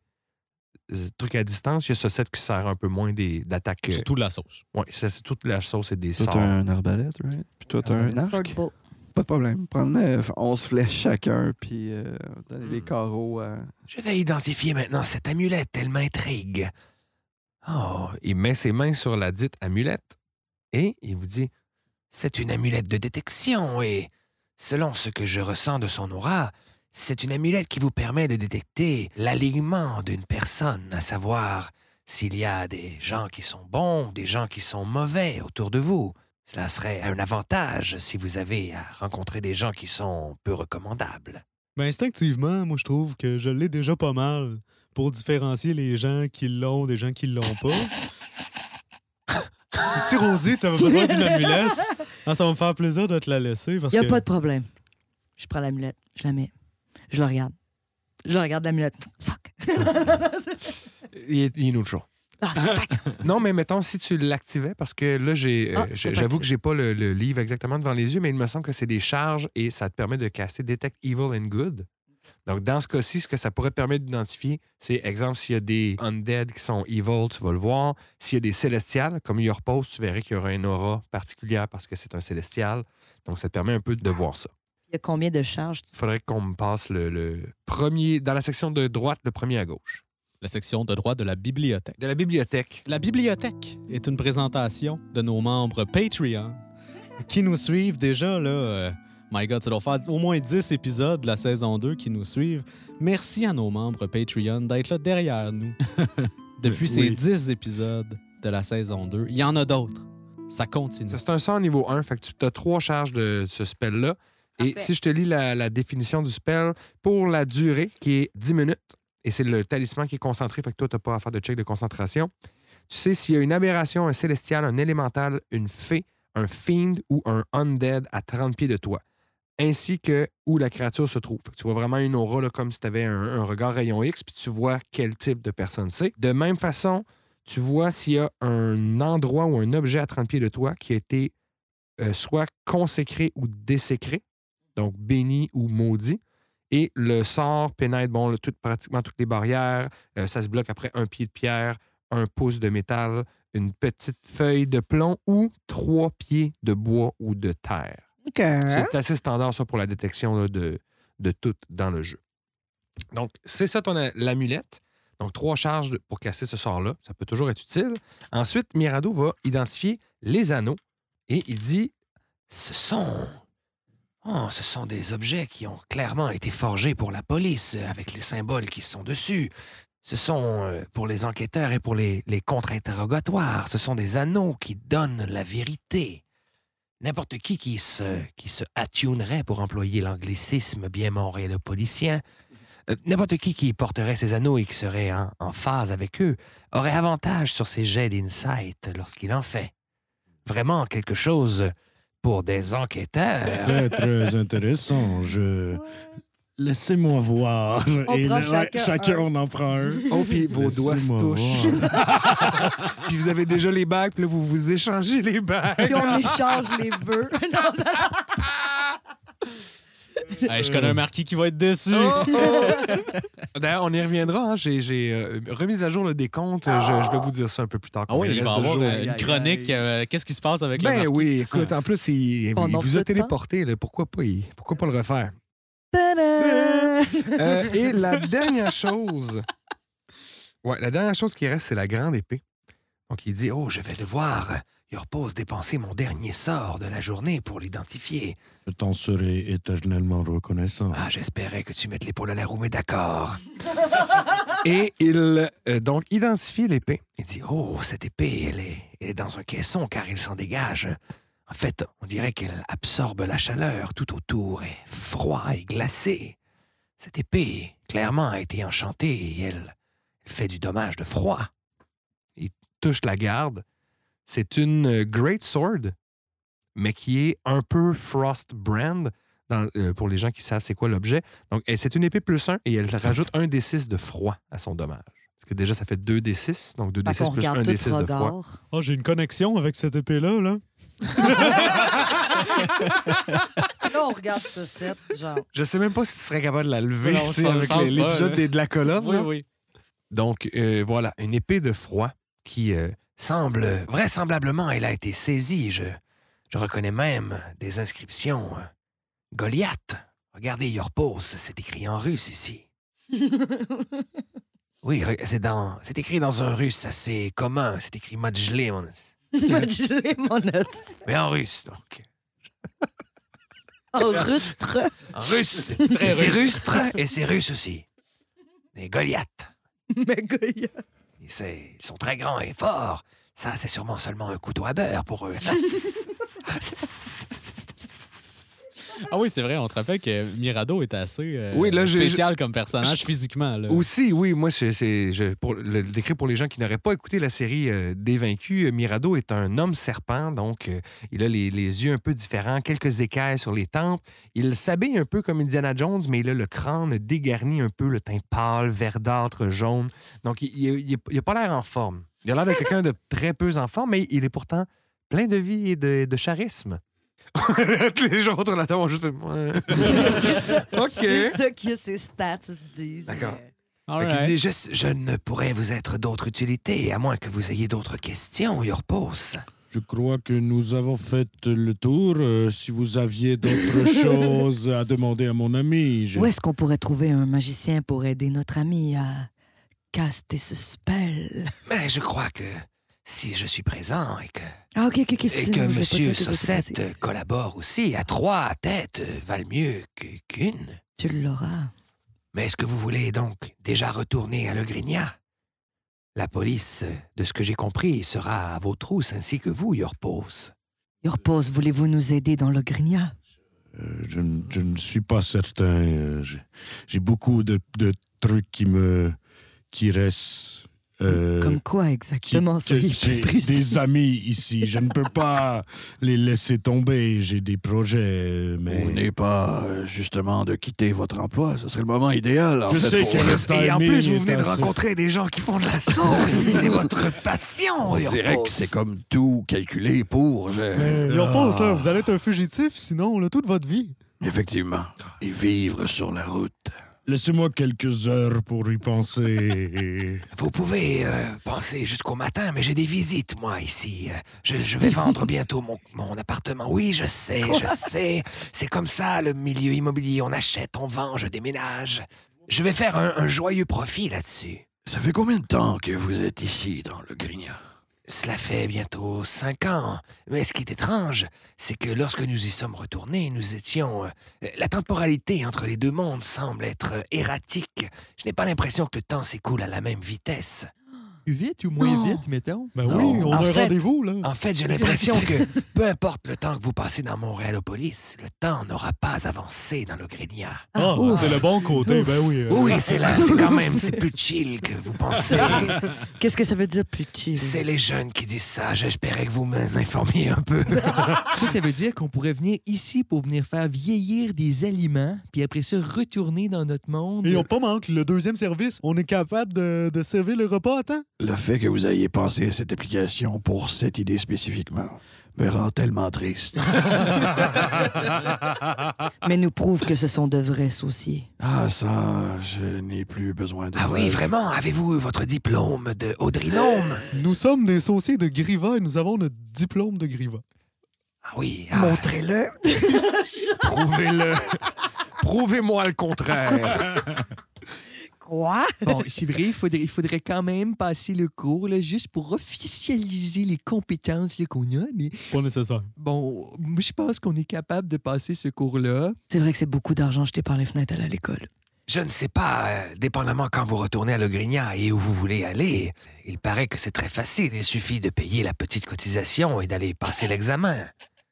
[SPEAKER 1] euh, trucs à distance. Il y a ce set qui sert un peu moins des- d'attaque.
[SPEAKER 2] Surtout de la sauce.
[SPEAKER 1] Oui, ça, c'est toute la sauce et des
[SPEAKER 5] Toi,
[SPEAKER 1] sorts.
[SPEAKER 5] t'as un arbalète, right? Puis toi, t'as un arc.
[SPEAKER 3] Swordbow.
[SPEAKER 5] Pas de problème. Prenez 11 flèches chacun, puis euh, donnez
[SPEAKER 1] Hmm.
[SPEAKER 5] les carreaux à...
[SPEAKER 8] Je vais identifier maintenant cette amulette. Elle m'intrigue.
[SPEAKER 1] Oh, il met ses mains sur la dite amulette et il vous dit
[SPEAKER 8] C'est une amulette de détection et, selon ce que je ressens de son aura, c'est une amulette qui vous permet de détecter l'alignement d'une personne, à savoir s'il y a des gens qui sont bons, des gens qui sont mauvais autour de vous. Cela serait un avantage si vous avez à rencontrer des gens qui sont peu recommandables.
[SPEAKER 9] Mais Ben, instinctivement, moi, je trouve que je l'ai déjà pas mal pour différencier les gens qui l'ont des gens qui l'ont pas. si Rosie, t'avais besoin d'une amulette, ah, ça va me faire plaisir de te la laisser parce
[SPEAKER 3] Il n'y a
[SPEAKER 9] que
[SPEAKER 3] pas de problème. Je prends l'amulette, je la mets, je la regarde. Je la regarde l'amulette. Fuck.
[SPEAKER 1] il est, il est neutral.
[SPEAKER 3] Ah, sac.
[SPEAKER 1] Non, mais mettons, si tu l'activais, parce que là, j'ai, euh,
[SPEAKER 3] Ah,
[SPEAKER 1] j'ai-
[SPEAKER 3] c'est pas
[SPEAKER 1] j'avoue
[SPEAKER 3] activé.
[SPEAKER 1] que j'ai pas le, le livre exactement devant les yeux, mais il me semble que c'est des charges et ça te permet de casser Detect Evil and Good. Donc, dans ce cas-ci, ce que ça pourrait te permettre d'identifier, c'est, exemple, s'il y a des undead qui sont evil, tu vas le voir. S'il y a des célestials, comme il y a repose, tu verrais qu'il y aura une aura particulière parce que c'est un célestial. Donc, ça te permet un peu de voir ça.
[SPEAKER 3] Il y a combien de charges?
[SPEAKER 1] Il faudrait qu'on me passe le, le premier, dans la section de droite, le premier à gauche.
[SPEAKER 2] la section de droit de la bibliothèque.
[SPEAKER 1] De la bibliothèque.
[SPEAKER 2] La bibliothèque est une présentation de nos membres Patreon qui nous suivent déjà, là. euh, my God, ça doit faire au moins 10 épisodes de la saison 2 qui nous suivent. Merci à nos membres Patreon d'être là derrière nous depuis ces
[SPEAKER 1] Oui.
[SPEAKER 2] 10 épisodes de la saison 2. Il y en a d'autres. Ça continue.
[SPEAKER 1] Ça, c'est un sort niveau 1, fait que tu as trois charges de ce spell-là. Et si je te lis la, la définition du spell, pour la durée, qui est 10 minutes, et c'est le talisman qui est concentré, fait que toi, tu n'as pas à faire de check de concentration. Tu sais, s'il y a une aberration, un célestial, un élémental, une fée, un fiend ou un undead à 30 pieds de toi, ainsi que où la créature se trouve. Fait que tu vois vraiment une aura là, comme si tu avais un, un regard rayon X, puis tu vois quel type de personne c'est. De même façon, tu vois s'il y a un endroit ou un objet à 30 pieds de toi qui a été euh, soit consécré ou désécré, donc béni ou maudit. Et le sort pénètre bon, le- tout- pratiquement toutes les barrières. Euh, ça se bloque après un pied de pierre, un pouce de métal, une petite feuille de plomb ou trois pieds de bois ou de terre.
[SPEAKER 11] OK.
[SPEAKER 1] C'est assez standard, ça, pour la détection là, de, de tout dans le jeu. Donc, c'est ça ton a- l'amulette. Donc, trois charges de- pour casser ce sort-là. Ça peut toujours être utile. Ensuite, Mirado va identifier les anneaux et il dit
[SPEAKER 8] Ce sont. Oh, ce sont des objets qui ont clairement été forgés pour la police, euh, avec les symboles qui sont dessus. Ce sont euh, pour les enquêteurs et pour les, les contre-interrogatoires. Ce sont des anneaux qui donnent la vérité. N'importe qui qui se, qui se attunerait, pour employer l'anglicisme bien montréal-policien, euh, n'importe qui qui porterait ces anneaux et qui serait en, en phase avec eux, aurait avantage sur ses jets d'insight lorsqu'il en fait. Vraiment quelque chose pour des enquêteurs.
[SPEAKER 6] Très, très intéressant. Je... Laissez-moi voir.
[SPEAKER 8] On
[SPEAKER 6] Et
[SPEAKER 8] prend
[SPEAKER 6] là,
[SPEAKER 8] chacun un.
[SPEAKER 6] on en prend un.
[SPEAKER 1] Oh, puis vos doigts se
[SPEAKER 6] Laissez-moi
[SPEAKER 1] touchent. puis vous avez déjà les bagues, puis là, vous vous échangez les bagues.
[SPEAKER 11] Puis on échange les vœux. Non, non,
[SPEAKER 2] Hey, je connais un marquis qui va être déçu.
[SPEAKER 1] D'ailleurs, on y reviendra. hein. J'ai, j'ai, euh, remis à jour le décompte. Euh, Je, je vais vous dire ça un peu plus tard.
[SPEAKER 2] Ah oui, il va
[SPEAKER 1] reste de
[SPEAKER 2] avoir
[SPEAKER 1] jours.
[SPEAKER 2] euh, une chronique. euh, Qu'est-ce qui se passe avec le
[SPEAKER 1] Ben
[SPEAKER 2] marquis?
[SPEAKER 1] oui, écoute, en plus, il, il
[SPEAKER 2] Pendant
[SPEAKER 1] vous
[SPEAKER 2] ce
[SPEAKER 1] a
[SPEAKER 2] temps.
[SPEAKER 1] téléporté. là. Pourquoi, pas, il- pourquoi pas le refaire?
[SPEAKER 11] non.
[SPEAKER 1] Euh, et la dernière chose. Ouais, la dernière chose qui reste, c'est la grande épée.
[SPEAKER 8] Donc il dit Oh, je vais devoir, euh, Yorpos, dépenser mon dernier sort de la journée pour l'identifier.
[SPEAKER 6] Je t'en serai éternellement reconnaissant.
[SPEAKER 8] Ah, j'espérais que tu mettes l'épaule à la roue, mais d'accord.
[SPEAKER 1] Et il euh, donc identifie l'épée.
[SPEAKER 8] Il dit Oh, cette épée, elle est, elle est dans un caisson car il s'en dégage. En fait, on dirait qu'elle absorbe la chaleur tout autour et froid et glacé. Cette épée, clairement, a été enchantée et elle fait du dommage de froid.
[SPEAKER 1] touche la garde. C'est une euh, Great Sword, mais qui est un peu Frostbrand, dans- euh, pour les gens qui savent c'est quoi l'objet. Donc, elle- c'est une épée plus 1 et elle rajoute un D6 de froid à son dommage. Parce que déjà, ça fait 2 D6, donc 2 D6 plus 1 D6 de froid.
[SPEAKER 9] Oh, j'ai une connexion avec cette épée-là, là.
[SPEAKER 3] Là, on regarde ce set, genre.
[SPEAKER 1] Je sais même pas si tu serais capable de la lever
[SPEAKER 9] Non,
[SPEAKER 1] tu sais,
[SPEAKER 9] je pense- je
[SPEAKER 1] avec
[SPEAKER 9] pense
[SPEAKER 1] les-
[SPEAKER 9] pas,
[SPEAKER 1] l'épisode
[SPEAKER 9] là.
[SPEAKER 1] des- de la colonne.
[SPEAKER 9] Oui,
[SPEAKER 1] là.
[SPEAKER 9] oui.
[SPEAKER 1] Donc, euh, voilà, une épée de froid qui euh,
[SPEAKER 8] Semble, vraisemblablement, elle a été saisie. Je, je reconnais même des inscriptions. euh, Goliath. Regardez Yorpos, c'est écrit en russe ici. Oui, re- c'est dans, c'est écrit dans un russe assez commun. C'est écrit Majlé, mon-
[SPEAKER 11] Moduler mon os.
[SPEAKER 8] mais en russe, donc.
[SPEAKER 11] En rustre.
[SPEAKER 8] En russe.
[SPEAKER 11] C'est très
[SPEAKER 8] Et c'est
[SPEAKER 11] rustre.
[SPEAKER 8] rustre et c'est russe aussi. Et Goliath.
[SPEAKER 11] Mais Goya.
[SPEAKER 8] Et c'est- Ils sont très grands et forts. Ça, c'est sûrement seulement un couteau à beurre pour eux.
[SPEAKER 2] Ah oui, c'est vrai, on se rappelle que Mirado est assez euh,
[SPEAKER 1] Oui, là, j'ai-
[SPEAKER 2] spécial comme personnage physiquement.
[SPEAKER 8] Euh.
[SPEAKER 2] là.
[SPEAKER 1] Aussi, oui, moi, c'est- c'est- je, pour le le décrire pour les gens qui n'auraient pas écouté la série euh, Des Vaincus, euh, Mirado est un homme serpent, donc euh, il a les, les yeux un peu différents, quelques écailles sur les tempes. Il s'habille un peu comme Indiana Jones, mais il a le crâne dégarni un peu, le teint pâle, verdâtre, jaune. Donc, il- il il- il a pas l'air en forme. Il a l'air de quelqu'un de très peu en forme, mais il est pourtant plein de vie et de, de charisme. Tous les gens autour de la table ont juste fait, Ouais.
[SPEAKER 11] C'est ça qui est ses stats, ils se disent.
[SPEAKER 8] D'accord.
[SPEAKER 11] All
[SPEAKER 8] Fait qu'il
[SPEAKER 11] right.
[SPEAKER 8] dit, je, je ne pourrais vous être d'autre utilité, à moins que vous ayez d'autres questions, Yorpos.
[SPEAKER 6] Je crois que nous avons fait le tour. Euh, si vous aviez d'autres choses à demander à mon ami, je...
[SPEAKER 3] Où est-ce qu'on pourrait trouver un magicien pour aider notre ami à caster ce spell.
[SPEAKER 8] Mais je crois que si je suis présent et que.
[SPEAKER 3] Ah, ok, ok,
[SPEAKER 8] et
[SPEAKER 3] excusez-moi,
[SPEAKER 8] que
[SPEAKER 3] je vais pas
[SPEAKER 8] Monsieur
[SPEAKER 3] dire que
[SPEAKER 8] Saucette
[SPEAKER 3] c'est
[SPEAKER 8] euh, collabore aussi, à trois têtes euh, valent mieux que- qu'une.
[SPEAKER 3] Tu l'auras.
[SPEAKER 8] Mais est-ce que vous voulez donc déjà retourner à Le Grignard? La police, euh, de ce que j'ai compris, sera à vos trousses ainsi que vous, Your Pose.
[SPEAKER 3] Your Pose, voulez-vous nous aider dans le grignard?
[SPEAKER 6] Euh, je, ne- je ne suis pas certain. euh, j'ai- J'ai beaucoup de, de trucs qui me. qui restent. euh,
[SPEAKER 3] Comme quoi
[SPEAKER 6] qui-
[SPEAKER 3] exactement,
[SPEAKER 6] que
[SPEAKER 3] soyez
[SPEAKER 6] J'ai
[SPEAKER 3] plus précis.
[SPEAKER 6] des amis ici. Je ne peux pas les laisser tomber. J'ai des projets, euh, mais.
[SPEAKER 5] Vous n'êtes pas, euh, justement, de quitter votre emploi. Ce serait le moment idéal. en
[SPEAKER 6] Je
[SPEAKER 5] fait,
[SPEAKER 6] sais
[SPEAKER 5] pour-
[SPEAKER 6] que hein, le
[SPEAKER 8] Et en
[SPEAKER 6] timing
[SPEAKER 8] plus, vous
[SPEAKER 6] est
[SPEAKER 8] venez de
[SPEAKER 6] assez-
[SPEAKER 8] rencontrer des gens qui font de la sauce. c'est votre passion,
[SPEAKER 5] On
[SPEAKER 8] Your
[SPEAKER 5] dirait que
[SPEAKER 8] Pose.
[SPEAKER 5] c'est comme tout calculé pour. je-
[SPEAKER 9] Mais
[SPEAKER 5] Ah.
[SPEAKER 9] Your Pose, là, vous allez être un fugitif, sinon, là, toute votre vie.
[SPEAKER 5] Effectivement. Et vivre sur la route.
[SPEAKER 6] Laissez-moi quelques heures pour y penser.
[SPEAKER 8] Vous pouvez euh, penser jusqu'au matin, mais j'ai des visites, moi, ici. Euh, Je, je vais vendre bientôt mon, mon appartement. Oui, je sais, je
[SPEAKER 12] Quoi?
[SPEAKER 8] sais. C'est comme ça, le milieu immobilier. On achète, on vend, je déménage. Je vais faire un, un joyeux profit là-dessus.
[SPEAKER 5] Ça fait combien de temps que vous êtes ici, dans le Grignard?
[SPEAKER 8] Cela fait bientôt cinq ans. Mais ce qui est étrange, c'est que lorsque nous y sommes retournés, nous étions... euh, la temporalité entre les deux mondes semble être euh, erratique. Je n'ai pas l'impression que le temps s'écoule à la même vitesse.
[SPEAKER 10] Plus vite ou moins vite, mettons?
[SPEAKER 9] Ben
[SPEAKER 8] Non. En fait-
[SPEAKER 9] là.
[SPEAKER 8] En fait, j'ai l'impression que peu importe le temps que vous passez dans Montréalopolis, le temps n'aura pas avancé dans le Grignard.
[SPEAKER 9] Ah, ben, c'est le bon côté, ben oui. euh.
[SPEAKER 8] Oui, c'est là, c'est quand même, c'est plus chill que vous pensez.
[SPEAKER 3] Qu'est-ce que ça veut dire plus chill?
[SPEAKER 8] C'est les jeunes qui disent ça. J'espérais que vous m'informiez un peu.
[SPEAKER 10] ça, ça veut dire qu'on pourrait venir ici pour venir faire vieillir des aliments, puis après ça, retourner dans notre monde.
[SPEAKER 9] Et on pas manque le deuxième service. On est capable de, de servir le repas à temps.
[SPEAKER 5] Le fait que vous ayez pensé à cette application pour cette idée spécifiquement me rend tellement triste.
[SPEAKER 3] Mais nous prouve que ce sont de vrais soucis.
[SPEAKER 5] Ah, ça, je n'ai plus besoin de.
[SPEAKER 8] Ah oui, vraiment, avez-vous eu votre diplôme de Audrinome?
[SPEAKER 9] Nous sommes des sauciers de Griva et nous avons notre diplôme de Griva.
[SPEAKER 8] Ah oui.
[SPEAKER 3] Montrez-le.
[SPEAKER 8] Prouvez-le. Prouvez-moi le contraire.
[SPEAKER 3] Quoi?
[SPEAKER 10] Bon, c'est vrai, il faudrait, il faudrait quand même passer le cours, là, juste pour officialiser les compétences là, qu'on a, mais...
[SPEAKER 9] Pas nécessaire.
[SPEAKER 10] Bon, moi, je pense qu'on est capable de passer ce cours-là.
[SPEAKER 3] C'est vrai que c'est beaucoup d'argent jeté par les fenêtres à l'école.
[SPEAKER 8] Je ne sais pas, euh, dépendamment quand vous retournez à Le Grignard et où vous voulez aller, il paraît que c'est très facile. Il suffit de payer la petite cotisation et d'aller passer l'examen.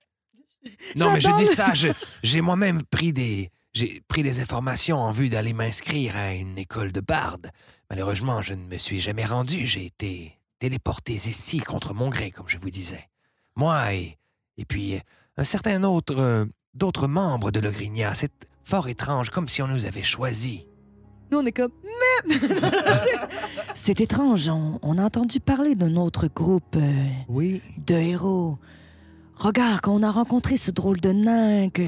[SPEAKER 8] Non, mais je
[SPEAKER 12] J'adore
[SPEAKER 8] dis
[SPEAKER 12] le-
[SPEAKER 8] ça, je- j'ai moi-même pris des, j'ai pris des informations en vue d'aller m'inscrire à une école de barde. Malheureusement, je ne me suis jamais rendu. J'ai été téléporté ici contre mon gré, comme je vous disais. Moi et, et puis euh, un certain autre, euh, d'autres membres de Le Grignard. C'est fort étrange, comme si on nous avait choisis.
[SPEAKER 3] Nous, on est comme... Mais... c'est étrange. On, on a entendu parler d'un autre groupe euh,
[SPEAKER 10] Oui.
[SPEAKER 3] de héros. Regarde, quand on a rencontré ce drôle de nain que...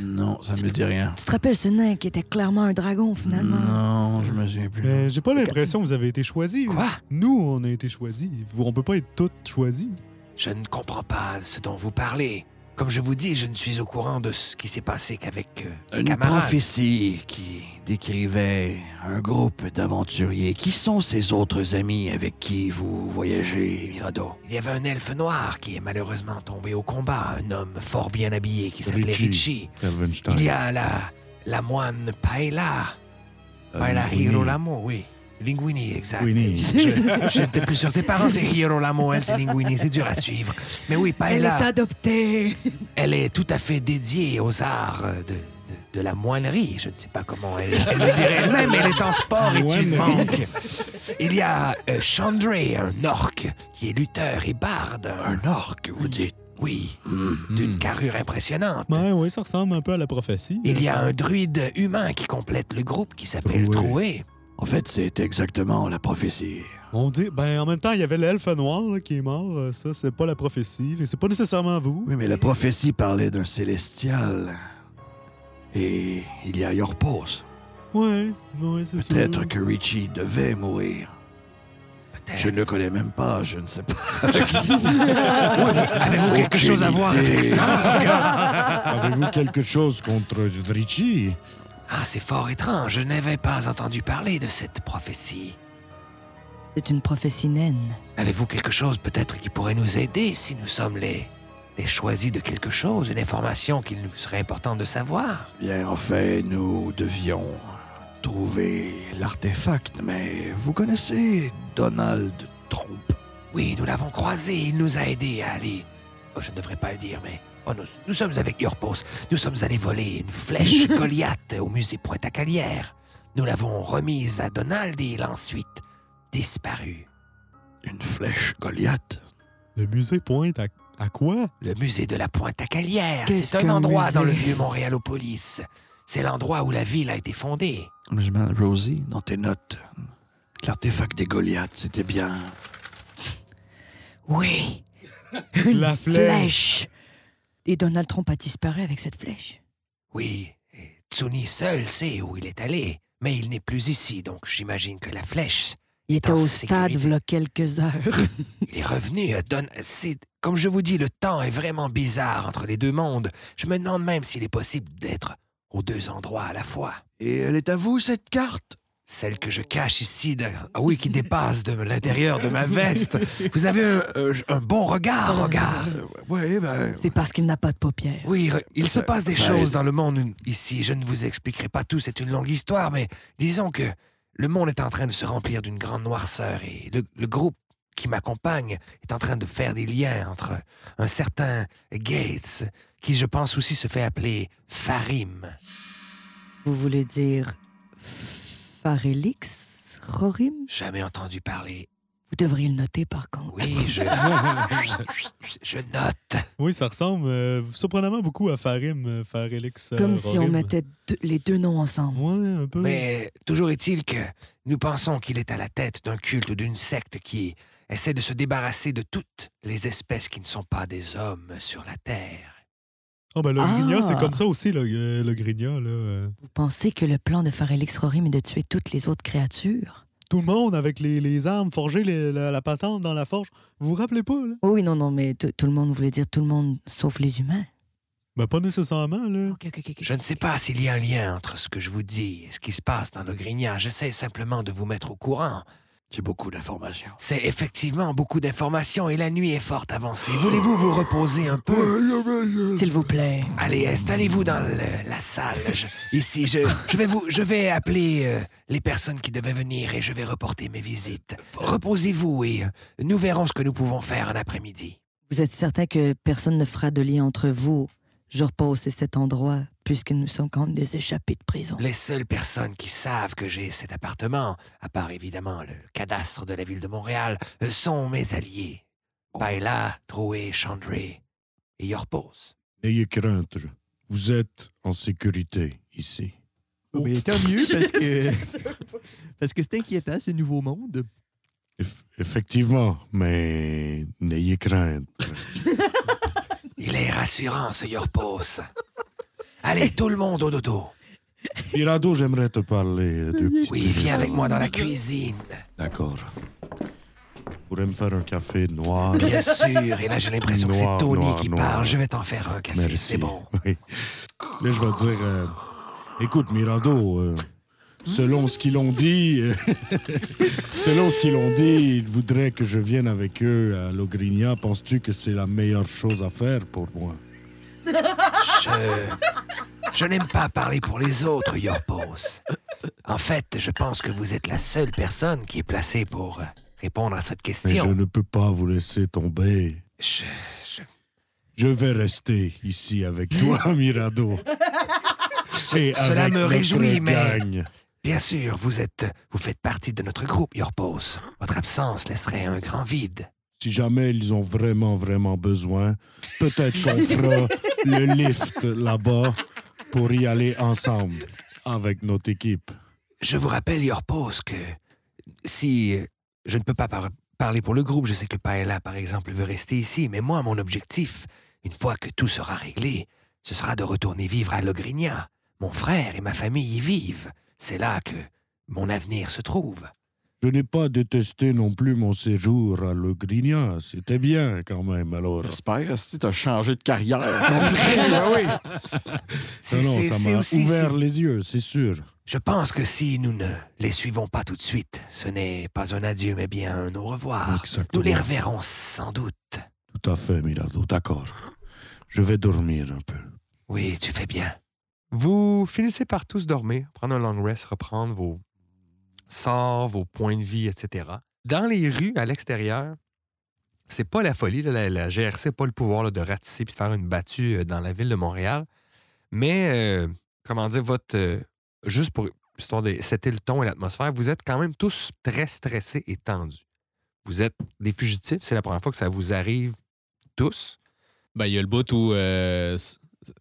[SPEAKER 5] Non, ça ne me dit rien.
[SPEAKER 3] Tu te rappelles ce nain qui était clairement un dragon, finalement?
[SPEAKER 5] Non, je me souviens plus.
[SPEAKER 9] Hmm. Mais j'ai pas l'impression que vous avez été choisis. Quoi? Nous, on a été choisis. Vous, on peut pas être toutes choisis.
[SPEAKER 8] Je ne comprends pas ce dont vous parlez. Comme je vous dis, je ne suis au courant de ce qui s'est passé qu'avec euh,
[SPEAKER 5] Une
[SPEAKER 8] camarade.
[SPEAKER 5] prophétie qui décrivait un groupe d'aventuriers. Qui sont ces autres amis avec qui vous voyagez, Mirado?
[SPEAKER 8] Il y avait un elfe noir qui est malheureusement tombé au combat, un homme fort bien habillé qui s'appelait Richie.
[SPEAKER 6] Ravenstein.
[SPEAKER 8] Il y a la, la moine Paella.
[SPEAKER 6] Euh,
[SPEAKER 8] Paella
[SPEAKER 6] Linguini.
[SPEAKER 8] Girolamo, oui. Linguini, exact.
[SPEAKER 6] Linguini.
[SPEAKER 8] Je- J'étais plus sûr. Tes parents, c'est Girolamo, elle, c'est Linguini. C'est dur à suivre. Mais Mm. oui,
[SPEAKER 3] Elle
[SPEAKER 8] Paella.
[SPEAKER 3] est adoptée.
[SPEAKER 8] Elle est tout à fait dédiée aux arts euh, de, de- de la moinerie. Je ne sais pas comment elle, elle le dirait elle-même, mais elle est en sport et tu
[SPEAKER 12] Moinerie.
[SPEAKER 8] manques. Il y a euh, Chandray, un orc, qui est lutteur et barde. Un orc, vous dites Mm-hmm. Oui, d'une carrure impressionnante.
[SPEAKER 9] Ben oui, ça ressemble un peu à la prophétie.
[SPEAKER 8] Il y a un druide humain qui complète le groupe qui s'appelle Troué.
[SPEAKER 5] En fait, c'est exactement la prophétie.
[SPEAKER 9] On dit, ben en même temps, il y avait l'elfe noir là, qui est mort. Euh, Ça, c'est pas la prophétie. Fait que C'est pas nécessairement vous.
[SPEAKER 5] Oui, mais la prophétie parlait d'un célestial. Et il y a Your Pause.
[SPEAKER 9] Ouais, ouais, c'est sûr.
[SPEAKER 5] Peut-être que Richie devait mourir. Je ne le connais même pas, je ne sais pas.
[SPEAKER 8] Avez-vous quelque chose à voir avec ça?
[SPEAKER 6] Avez-vous quelque chose contre Richie
[SPEAKER 8] Ah, c'est fort étrange. Je n'avais pas entendu parler de cette prophétie.
[SPEAKER 3] C'est une prophétie naine.
[SPEAKER 8] Avez-vous quelque chose peut-être qui pourrait nous aider si nous sommes les, les choisis de quelque chose, une information qu'il nous serait important de savoir
[SPEAKER 5] Bien, en fait, nous devions trouver l'artefact, mais vous connaissez Donald Trump.
[SPEAKER 8] Oui, nous l'avons croisé, il nous a aidés à aller. Oh, je ne devrais pas le dire, mais. oh, nous, nous sommes avec Yorpos. Nous sommes allés voler une flèche Goliath au musée Pointe-à-Calière. Nous l'avons remise à Donald et il a ensuite disparu.
[SPEAKER 5] Une flèche Goliath
[SPEAKER 9] Le musée Pointe à, à quoi
[SPEAKER 8] Le musée de la Pointe-à-Calière.
[SPEAKER 9] Qu'est-ce
[SPEAKER 8] C'est un
[SPEAKER 9] qu'un
[SPEAKER 8] endroit dans le
[SPEAKER 9] musée?
[SPEAKER 8] vieux Montréalopolis. C'est l'endroit où la ville a été fondée.
[SPEAKER 5] Je mets Rosie dans tes notes. L'artefact des Goliaths, c'était bien.
[SPEAKER 3] Oui.
[SPEAKER 9] La
[SPEAKER 3] flèche. Et Donald Trump a disparu avec cette flèche.
[SPEAKER 8] Oui, et Tsuni seul sait où il est allé, mais il n'est plus ici, donc j'imagine que la flèche.
[SPEAKER 3] Il
[SPEAKER 8] est
[SPEAKER 3] était
[SPEAKER 8] en
[SPEAKER 3] au stade
[SPEAKER 8] sécurité.
[SPEAKER 3] v'là quelques heures.
[SPEAKER 8] Il est revenu à Don. C'est comme je vous dis, le temps est vraiment bizarre entre les deux mondes. Je me demande même s'il est possible d'être aux deux endroits à la fois.
[SPEAKER 5] Et elle est à vous, cette carte
[SPEAKER 8] Celle que je cache ici, de- ah oui, qui dépasse de l'intérieur de ma veste. Vous avez un, euh, un bon regard, regard.
[SPEAKER 5] Oui, ben.
[SPEAKER 3] C'est parce qu'il n'a pas de paupières.
[SPEAKER 8] Oui, re- il se
[SPEAKER 3] Ça-
[SPEAKER 8] passe des
[SPEAKER 3] ça
[SPEAKER 8] choses
[SPEAKER 3] aide.
[SPEAKER 8] dans le monde une- ici. Je ne vous expliquerai pas tout, c'est une longue histoire, mais disons que le monde est en train de se remplir d'une grande noirceur et le, le groupe qui m'accompagne est en train de faire des liens entre un certain Gates, qui je pense aussi se fait appeler Farim.
[SPEAKER 3] Vous voulez dire Farelix Rorim
[SPEAKER 8] Jamais entendu parler.
[SPEAKER 3] Vous devriez le noter par contre.
[SPEAKER 8] Oui, je, je- je note.
[SPEAKER 9] Oui, ça ressemble euh, surprenamment beaucoup à Farim, euh, Farelix. euh,
[SPEAKER 3] Comme si on
[SPEAKER 9] Rorim.
[SPEAKER 3] mettait deux- les deux noms ensemble.
[SPEAKER 9] Ouais, un peu.
[SPEAKER 8] Mais toujours est-il que nous pensons qu'il est à la tête d'un culte ou d'une secte qui essaie de se débarrasser de toutes les espèces qui ne sont pas des hommes sur la Terre.
[SPEAKER 9] Ah, ben le
[SPEAKER 3] Ah.
[SPEAKER 9] grignard, c'est comme ça aussi, le, euh, le grignard. Là. euh.
[SPEAKER 3] Vous pensez que le plan de Farelix Rorim est de tuer toutes les autres créatures
[SPEAKER 9] Tout le monde avec les, les armes forgées, les- la, la patente dans la forge. Vous vous rappelez pas, là?
[SPEAKER 3] Oh Oui, non, non, mais tout tout le monde voulait dire tout le monde sauf les humains.
[SPEAKER 9] Ben, pas nécessairement, là.
[SPEAKER 8] Je ne sais pas s'il y a un lien entre ce que je vous dis et ce qui se passe dans le grignard. J'essaie simplement de vous mettre au courant.
[SPEAKER 5] C'est beaucoup d'informations.
[SPEAKER 8] C'est effectivement beaucoup d'informations et la nuit est forte avancée. Voulez-vous vous reposer un peu
[SPEAKER 3] S'il vous plaît.
[SPEAKER 8] Allez, installez-vous dans le- la salle. Je- ici, je, je vais vous, je vais appeler euh, les personnes qui devaient venir et je vais reporter mes visites. Reposez-vous et euh, nous verrons ce que nous pouvons faire en après-midi.
[SPEAKER 3] Vous êtes certain que personne ne fera de lien entre vous, je repose et cet endroit, puisque nous sommes quand même des échappés de prison.
[SPEAKER 8] Les seules personnes qui savent que j'ai cet appartement, à part évidemment le cadastre de la ville de Montréal, euh, sont mes alliés. Paila, Drouet, Chandray et Yorpos.
[SPEAKER 6] N'ayez crainte, vous êtes en sécurité ici.
[SPEAKER 10] Oh, Mais tant mieux parce que parce que c'est inquiétant ce nouveau monde.
[SPEAKER 6] Eff- effectivement, mais n'ayez crainte.
[SPEAKER 8] Il est rassurant, ce Yorpos. Allez, tout le monde au dodo.
[SPEAKER 6] Tirado, j'aimerais te parler euh, de petites
[SPEAKER 8] Oui, viens avec moi dans la cuisine.
[SPEAKER 6] D'accord. Vous pourrez me faire un café noir.
[SPEAKER 8] Oh, Bien sûr. Et là, j'ai l'impression que c'est
[SPEAKER 6] Noir,
[SPEAKER 8] Tony
[SPEAKER 6] noir,
[SPEAKER 8] qui
[SPEAKER 6] noir.
[SPEAKER 8] parle. Je vais t'en faire un café.
[SPEAKER 6] Merci.
[SPEAKER 8] C'est bon.
[SPEAKER 6] Oui. Là, je vais dire euh, écoute, Mirado, euh, selon ce qu'ils l'ont dit, euh, selon ce qu'ils l'ont dit, ils voudraient que je vienne avec eux à Logrigna. Penses-tu que c'est la meilleure chose à faire pour moi
[SPEAKER 8] Je, je n'aime pas parler pour les autres, Yorpos. En fait, je pense que vous êtes la seule personne qui est placée pour euh, répondre à cette
[SPEAKER 6] Mais
[SPEAKER 8] question.
[SPEAKER 6] je ne peux pas vous laisser tomber.
[SPEAKER 8] Je- je-
[SPEAKER 6] Je vais rester ici avec toi, Mirado. Et
[SPEAKER 8] Cela
[SPEAKER 6] avec
[SPEAKER 8] me
[SPEAKER 6] notre
[SPEAKER 8] réjouit, mais-
[SPEAKER 6] gang.
[SPEAKER 8] Bien sûr, vous êtes, vous faites partie de notre groupe, Yorpos. Votre absence laisserait un grand vide.
[SPEAKER 6] Si jamais ils ont vraiment, vraiment besoin, peut-être qu'on fera le lift là-bas pour y aller ensemble avec notre équipe.
[SPEAKER 8] Je vous rappelle, Yorpos, que si euh, je ne peux pas par- parler pour le groupe, je sais que Paella, par exemple, veut rester ici, mais moi, mon objectif, une fois que tout sera réglé, ce sera de retourner vivre à Logrigna. Mon frère et ma famille y vivent. C'est là que mon avenir se trouve.
[SPEAKER 6] Je n'ai pas détesté non plus mon séjour à Le Grignan. C'était bien quand même, alors.
[SPEAKER 5] J'espère, si t'as changé de carrière.
[SPEAKER 8] Ah oui.
[SPEAKER 6] Non,
[SPEAKER 8] C'est-
[SPEAKER 6] Eh ben non,
[SPEAKER 8] c'est-
[SPEAKER 6] ça
[SPEAKER 8] c'est
[SPEAKER 6] m'a
[SPEAKER 8] aussi-
[SPEAKER 6] ouvert
[SPEAKER 8] c'est-
[SPEAKER 6] les yeux, c'est sûr.
[SPEAKER 8] Je pense que si nous ne les suivons pas tout de suite, ce n'est pas un adieu, mais bien un au revoir.
[SPEAKER 6] Exactement.
[SPEAKER 8] Nous les reverrons sans doute.
[SPEAKER 6] Tout à fait, Milado. D'accord. Je vais dormir un peu.
[SPEAKER 8] Oui, tu fais bien.
[SPEAKER 1] Vous finissez par tous dormir, prendre un long rest, reprendre vos sorts, vos points de vie, etc. Dans les rues, à l'extérieur, c'est pas la folie. là, la, la GRC n'a pas le pouvoir là, de ratisser puis de faire une battue euh, dans la ville de Montréal. Mais, euh, comment dire, votre. euh, juste pour histoire de setter le ton et l'atmosphère, vous êtes quand même tous très stressés et tendus. Vous êtes des fugitifs. C'est la première fois que ça vous arrive tous.
[SPEAKER 2] Ben, il y a le bout où euh, s-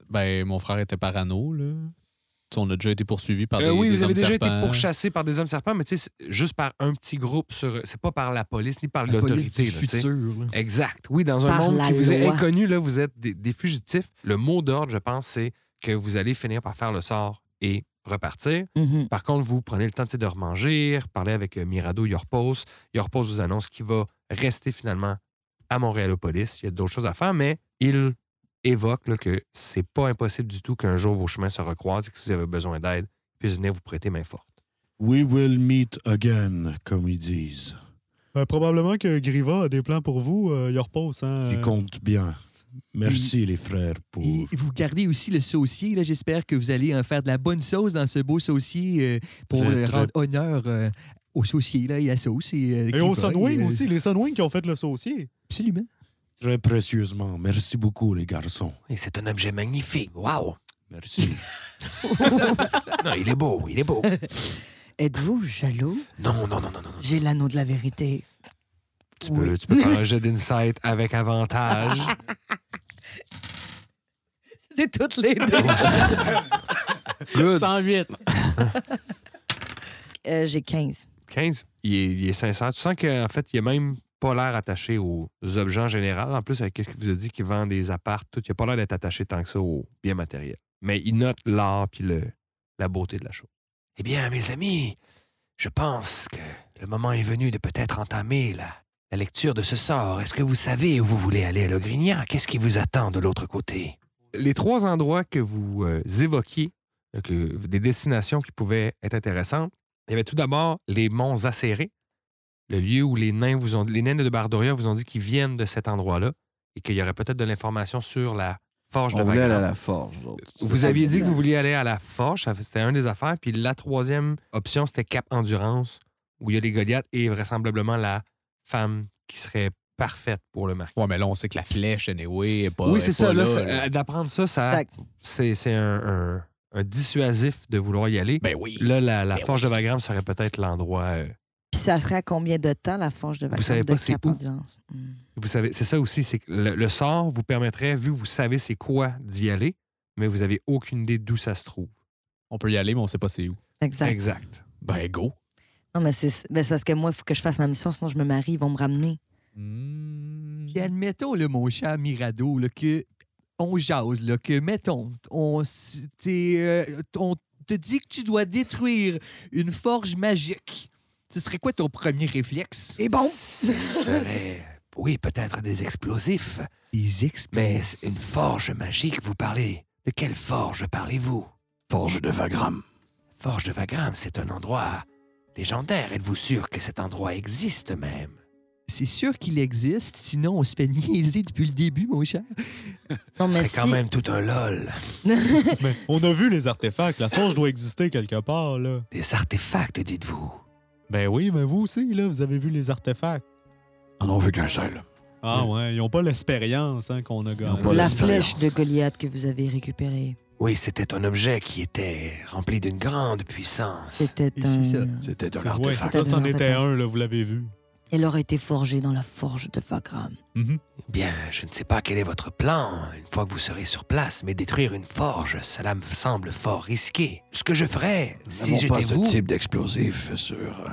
[SPEAKER 2] ben, mon frère était parano, là. Tu sais, On a déjà été poursuivi par des,
[SPEAKER 1] Euh, oui,
[SPEAKER 2] des
[SPEAKER 1] vous avez
[SPEAKER 2] hommes
[SPEAKER 1] déjà
[SPEAKER 2] serpents.
[SPEAKER 1] été pourchassé par des hommes serpents, mais tu sais, c'est juste par un petit groupe. sur C'est pas par la police ni par
[SPEAKER 4] La police
[SPEAKER 1] l'autorité.
[SPEAKER 4] du
[SPEAKER 1] là, tu sais.
[SPEAKER 4] futur, là.
[SPEAKER 1] Exact. Oui, dans un
[SPEAKER 4] Par
[SPEAKER 1] monde
[SPEAKER 4] la
[SPEAKER 1] qui vous est
[SPEAKER 4] loi.
[SPEAKER 1] inconnu, là, vous êtes des, des fugitifs. Le mot d'ordre, je pense, c'est que vous allez finir par faire le sort et repartir.
[SPEAKER 4] Mm-hmm.
[SPEAKER 1] Par contre, vous prenez le temps tu sais, de remanger, parler avec euh, Mirado Yorpos. Yorpos vous annonce qu'il va rester finalement à Montréalopolis. Il y a d'autres choses à faire, mais il évoque là, que c'est pas impossible du tout qu'un jour vos chemins se recroisent et que si vous avez besoin d'aide, puisse venir vous prêter main forte.
[SPEAKER 6] We will meet again, comme ils disent.
[SPEAKER 9] Ben, probablement que Griva a des plans pour vous. euh, il repose. Hein,
[SPEAKER 6] J'y
[SPEAKER 9] euh,
[SPEAKER 6] compte bien. Merci, les frères, pour.
[SPEAKER 10] Et vous gardez aussi le saucier. là. J'espère que vous allez en faire de la bonne sauce dans ce beau saucier euh, pour
[SPEAKER 6] Très,
[SPEAKER 10] euh,
[SPEAKER 6] très-
[SPEAKER 10] rendre honneur euh, au saucier là, et à la sauce. Et, euh,
[SPEAKER 9] Et au
[SPEAKER 10] Griva,
[SPEAKER 9] Sunwing
[SPEAKER 10] et, euh,
[SPEAKER 9] aussi, les Sunwing qui ont fait le saucier.
[SPEAKER 10] Absolument.
[SPEAKER 6] Très précieusement. Merci beaucoup, les garçons.
[SPEAKER 8] Et c'est un objet magnifique. Waouh!
[SPEAKER 6] Merci.
[SPEAKER 8] non, il est beau, il est beau.
[SPEAKER 3] Êtes-vous jaloux
[SPEAKER 8] Non, non, non, non, non.
[SPEAKER 3] J'ai l'anneau de la vérité.
[SPEAKER 1] Tu peux, Euh, tu peux faire un jet d'insight avec avantage.
[SPEAKER 3] C'est toutes les deux.
[SPEAKER 2] 108.
[SPEAKER 3] Euh, J'ai 15.
[SPEAKER 1] 15, il est, il est sincère. Tu sens qu'en fait, il a même pas l'air attaché aux objets en général. En plus, avec ce qu'il vous a dit qu'il vend des apparts, tout, il a pas l'air d'être attaché tant que ça aux biens matériels. Mais il note l'art puis le- la beauté de la chose.
[SPEAKER 8] Eh bien, mes amis, je pense que le moment est venu de peut-être entamer la, la lecture de ce sort. Est-ce que vous savez où vous voulez aller à Logrignan? Qu'est-ce qui vous attend de l'autre côté?
[SPEAKER 1] Les trois endroits que vous euh, évoquiez, donc, euh, des destinations qui pouvaient être intéressantes, il y avait tout d'abord les monts acérés, le lieu où les nains vous ont les nains de Bardoria vous ont dit qu'ils viennent de cet endroit-là et qu'il y aurait peut-être de l'information sur la forge de
[SPEAKER 5] On voulait aller à
[SPEAKER 1] Vagrant.
[SPEAKER 5] la forge. nous autres.
[SPEAKER 1] Vous aviez dit que vous vouliez aller à la forge, ça fait- c'était une des affaires. Puis la troisième option, c'était Cap Endurance, où il y a les Goliaths et vraisemblablement la femme qui serait parfaite pour le marquis.
[SPEAKER 2] Ouais, mais là, on sait que la flèche, anyway, est pas.
[SPEAKER 1] oui,
[SPEAKER 2] est
[SPEAKER 1] c'est
[SPEAKER 2] pas
[SPEAKER 1] ça. Là,
[SPEAKER 2] là,
[SPEAKER 1] c'est-
[SPEAKER 2] là.
[SPEAKER 1] euh, D'apprendre ça, ça c'est c'est un, un- un dissuasif de vouloir y aller.
[SPEAKER 2] Ben oui.
[SPEAKER 1] Là, la, la forge de Vagram serait peut-être l'endroit. euh,
[SPEAKER 3] Puis ça serait à combien de temps la forge de vacances
[SPEAKER 1] savez
[SPEAKER 3] de
[SPEAKER 1] pas c'est
[SPEAKER 3] Cap
[SPEAKER 1] où?
[SPEAKER 3] Endurance?
[SPEAKER 1] Vous savez, c'est ça aussi, c'est que le, le sort vous permettrait, vu que vous savez c'est quoi d'y aller, mais vous avez aucune idée d'où ça se trouve.
[SPEAKER 2] On peut y aller, mais on sait pas c'est où.
[SPEAKER 3] Exact.
[SPEAKER 1] Exact.
[SPEAKER 2] Ben, go.
[SPEAKER 3] Non, mais c'est ben, c'est parce que moi, il faut que je fasse ma mission, sinon je me marie, ils vont me ramener.
[SPEAKER 10] Puis admettons, là, mon cher Mirado, là, que on jase, là, que mettons, on, s- t'es, euh, on te dit que tu dois détruire une forge magique. Ce serait quoi ton premier réflexe?
[SPEAKER 3] Et bon!
[SPEAKER 8] Ce serait, oui, peut-être des explosifs.
[SPEAKER 10] Des
[SPEAKER 8] Mais c'est une forge magique, vous parlez. De quelle forge parlez-vous?
[SPEAKER 5] Forge de Vagram.
[SPEAKER 8] Forge de Vagram, c'est un endroit légendaire. Êtes-vous sûr que cet endroit existe même?
[SPEAKER 10] C'est sûr qu'il existe, sinon on se fait niaiser depuis le début, mon cher.
[SPEAKER 3] Non,
[SPEAKER 8] C'est quand même tout un lol.
[SPEAKER 9] Mais Ben, on a vu les artefacts. La forge doit exister quelque part, là.
[SPEAKER 8] Des artefacts, dites-vous.
[SPEAKER 9] Ben oui, mais vous aussi, là, vous avez vu les artefacts.
[SPEAKER 5] On n'en veut qu'un seul.
[SPEAKER 9] Ah ouais, ils n'ont pas l'expérience hein, qu'on a gagnée.
[SPEAKER 3] La flèche de Goliath que vous avez récupérée.
[SPEAKER 8] Oui, c'était un objet qui était rempli d'une grande puissance.
[SPEAKER 3] C'était un-
[SPEAKER 5] C'était
[SPEAKER 8] un
[SPEAKER 9] C'est- ouais,
[SPEAKER 8] artefact.
[SPEAKER 9] ça, c'en
[SPEAKER 3] C'était un
[SPEAKER 9] était
[SPEAKER 3] artefact.
[SPEAKER 9] un, là, vous l'avez vu.
[SPEAKER 3] Elle aurait été forgée dans la forge de Vagram.
[SPEAKER 8] Bien, je ne sais pas quel est votre plan une fois que vous serez sur place, mais détruire une forge, cela me semble fort risqué. Ce que je ferais,
[SPEAKER 5] Nous
[SPEAKER 8] si
[SPEAKER 5] n'avons
[SPEAKER 8] j'étais
[SPEAKER 5] pas ce
[SPEAKER 8] vous...
[SPEAKER 5] type d'explosif sur euh,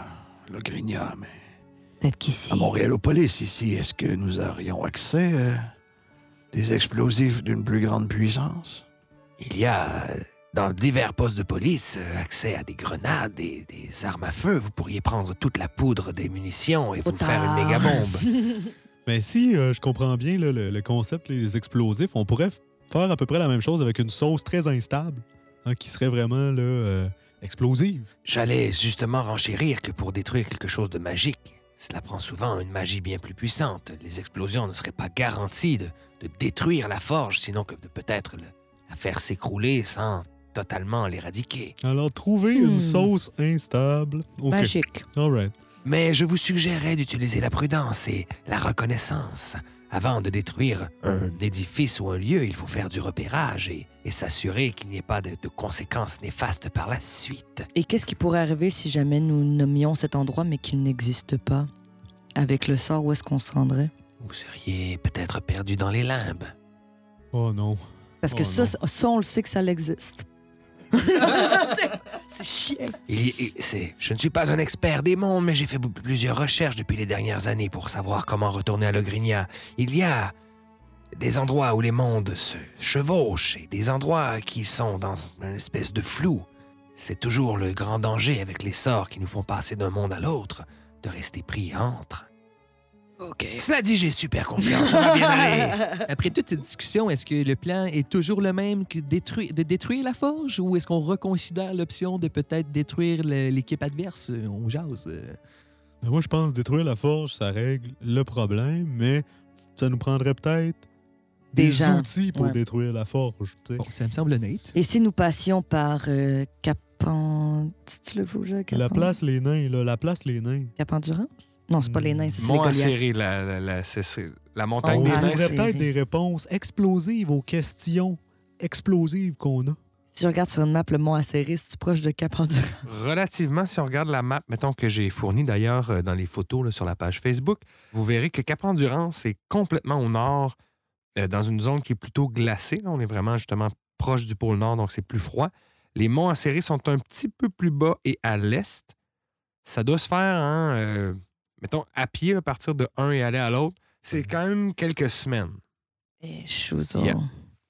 [SPEAKER 5] le Grignard, mais
[SPEAKER 3] Peut-être qu'ici.
[SPEAKER 5] à Montréalopolis, ici, est-ce que nous aurions accès euh, des explosifs d'une plus grande puissance?
[SPEAKER 8] Il y a, euh, dans divers postes de police, euh, accès à des grenades et des armes à feu. Vous pourriez prendre toute la poudre des munitions et vous faire une méga bombe.
[SPEAKER 9] Mais si euh, je comprends bien là, le, le concept, les explosifs, on pourrait f- faire à peu près la même chose avec une sauce très instable, hein, qui serait vraiment là, euh, explosive.
[SPEAKER 8] J'allais justement renchérir que pour détruire quelque chose de magique, cela prend souvent une magie bien plus puissante. Les explosions ne seraient pas garanties de, de détruire la forge, sinon que de peut-être le- la faire s'écrouler sans totalement l'éradiquer.
[SPEAKER 9] Alors, trouver
[SPEAKER 8] Hmm.
[SPEAKER 9] une sauce instable. Ok.
[SPEAKER 8] Magique.
[SPEAKER 9] All right.
[SPEAKER 8] Mais je vous suggérerais d'utiliser la prudence et la reconnaissance. Avant de détruire un édifice ou un lieu, il faut faire du repérage et, et s'assurer qu'il n'y ait pas de, de conséquences néfastes par la suite.
[SPEAKER 3] Et qu'est-ce qui pourrait arriver si jamais nous nommions cet endroit mais qu'il n'existe pas Avec le sort, où est-ce qu'on se rendrait
[SPEAKER 8] Vous seriez peut-être perdu dans les limbes.
[SPEAKER 9] Oh non.
[SPEAKER 3] Parce que
[SPEAKER 8] Oh,
[SPEAKER 3] ça,
[SPEAKER 8] non.
[SPEAKER 3] ça, ça, on le sait que ça existe. C'est chiant.
[SPEAKER 8] Il y- il- c'est- je ne suis pas un expert des mondes, mais j'ai fait bou- plusieurs recherches depuis les dernières années pour savoir comment retourner à Logrinia. Il y a des endroits où les mondes se chevauchent et des endroits qui sont dans une espèce de flou. C'est toujours le grand danger avec les sorts qui nous font passer d'un monde à l'autre, de rester pris entre.
[SPEAKER 3] OK.
[SPEAKER 8] Cela dit, j'ai super confiance, ça va bien aller.
[SPEAKER 10] Après toute cette discussion, est-ce que le plan est toujours le même que détruire, de détruire la forge ou est-ce qu'on reconsidère l'option de peut-être détruire le- l'équipe adverse? On jase. euh.
[SPEAKER 9] Ben, moi, je pense détruire la forge, ça règle le problème, mais ça nous prendrait peut-être
[SPEAKER 3] Des
[SPEAKER 9] des,
[SPEAKER 3] gens,
[SPEAKER 9] outils pour
[SPEAKER 3] ouais.
[SPEAKER 9] détruire la forge. tu sais.
[SPEAKER 10] ça me semble honnête.
[SPEAKER 3] Et si nous passions par euh, Capen... Tu le fous, Jacques?
[SPEAKER 9] La place les nains, là, la place les nains. Hmm.
[SPEAKER 3] Capendurance? Non, c'est pas les nains, ça, c'est les
[SPEAKER 1] Mont
[SPEAKER 3] Goliaths. Oh,
[SPEAKER 1] Acéré, la, la, la- c'est- c'est la
[SPEAKER 6] Ah
[SPEAKER 1] montagne
[SPEAKER 9] On
[SPEAKER 1] des
[SPEAKER 9] aurait
[SPEAKER 1] nains.
[SPEAKER 9] peut-être des réponses explosives aux questions explosives qu'on a.
[SPEAKER 3] Si je regarde sur une map le mont Acéré, c'est-tu proche de Capendurance?
[SPEAKER 1] Relativement, si on regarde la map, mettons que j'ai fournie d'ailleurs euh, dans les photos là, sur la page Facebook, vous verrez que Cap Endurance est complètement au nord, euh, dans une zone qui est plutôt glacée. là. On est vraiment justement proche du pôle Nord, donc c'est plus froid. Les monts acérés sont un petit peu plus bas et à l'est. Ça doit se faire, en, euh, mettons, à pied, là, partir de un et aller à l'autre. C'est quand même quelques semaines.
[SPEAKER 3] Et chose,
[SPEAKER 1] Yeah.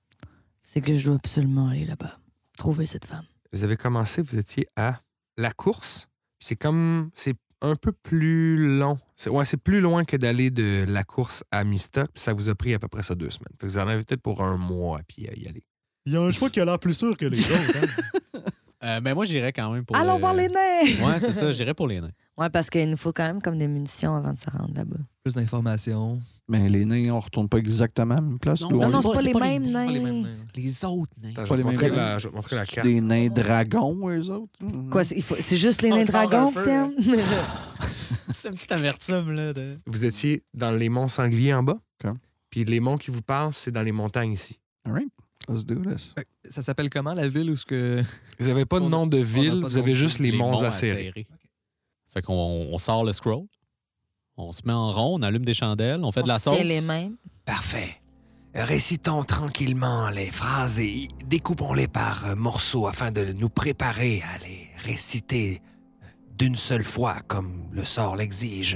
[SPEAKER 3] c'est que je dois absolument aller là-bas, trouver cette femme.
[SPEAKER 1] vous avez commencé, vous étiez à la course. Puis C'est comme, c'est un peu plus long. C'est ouais, c'est plus loin que d'aller de la course à Mistock. Puis ça vous a pris à peu près ça deux semaines. Fait que vous en avez peut-être pour un mois puis à y aller.
[SPEAKER 9] Il y a un choix qui a l'air plus sûr que les autres. hein.
[SPEAKER 2] Euh, ben moi, j'irais quand même pour.
[SPEAKER 3] Allons
[SPEAKER 2] le-
[SPEAKER 3] voir les nains!
[SPEAKER 2] Ouais, c'est ça, j'irais pour les nains.
[SPEAKER 3] Ouais, parce qu'il nous faut quand même comme des munitions avant de se rendre là-bas.
[SPEAKER 10] Plus d'informations.
[SPEAKER 5] Mais les nains, on retourne pas exactement à la même place.
[SPEAKER 10] Non,
[SPEAKER 5] d'où
[SPEAKER 3] Non,
[SPEAKER 5] on
[SPEAKER 3] non,
[SPEAKER 5] est?
[SPEAKER 3] c'est pas, les mêmes
[SPEAKER 10] pas les mêmes
[SPEAKER 2] Mm.
[SPEAKER 3] nains.
[SPEAKER 10] nains. Les autres nains.
[SPEAKER 1] Attends,
[SPEAKER 5] Pas
[SPEAKER 1] je vais
[SPEAKER 5] les
[SPEAKER 1] te
[SPEAKER 5] mêmes
[SPEAKER 1] montrer
[SPEAKER 5] nains.
[SPEAKER 1] la, je vais te montrer la
[SPEAKER 5] C'est-tu
[SPEAKER 1] carte.
[SPEAKER 5] des nains dragons, eux autres? Mhm.
[SPEAKER 3] Quoi, c'est- il faut- c'est juste les
[SPEAKER 2] On
[SPEAKER 3] nains
[SPEAKER 2] le parle
[SPEAKER 3] dragons
[SPEAKER 2] un peu,
[SPEAKER 3] que t'aimes?
[SPEAKER 2] C'est une petite amertume, là. De...
[SPEAKER 1] Vous étiez dans les monts sangliers en bas.
[SPEAKER 5] OK.
[SPEAKER 1] Puis les monts qui vous parlent, c'est dans les montagnes ici.
[SPEAKER 5] All right, let's do this.
[SPEAKER 10] Ça s'appelle comment la ville où ce que.
[SPEAKER 1] Vous n'avez pas de
[SPEAKER 10] On a-
[SPEAKER 1] nom de
[SPEAKER 10] on a pas
[SPEAKER 1] ville,
[SPEAKER 10] de
[SPEAKER 1] vous
[SPEAKER 10] nom
[SPEAKER 1] avez
[SPEAKER 10] de
[SPEAKER 1] juste les, monts acérés.
[SPEAKER 2] acérés. Fait qu'on on sort le scroll, on se met en rond, on allume des chandelles, on fait de la
[SPEAKER 3] se tient
[SPEAKER 2] sauce.
[SPEAKER 3] les mêmes.
[SPEAKER 8] Parfait. Récitons tranquillement les phrases et découpons-les par euh, morceaux afin de nous préparer à les réciter d'une seule fois comme le sort l'exige.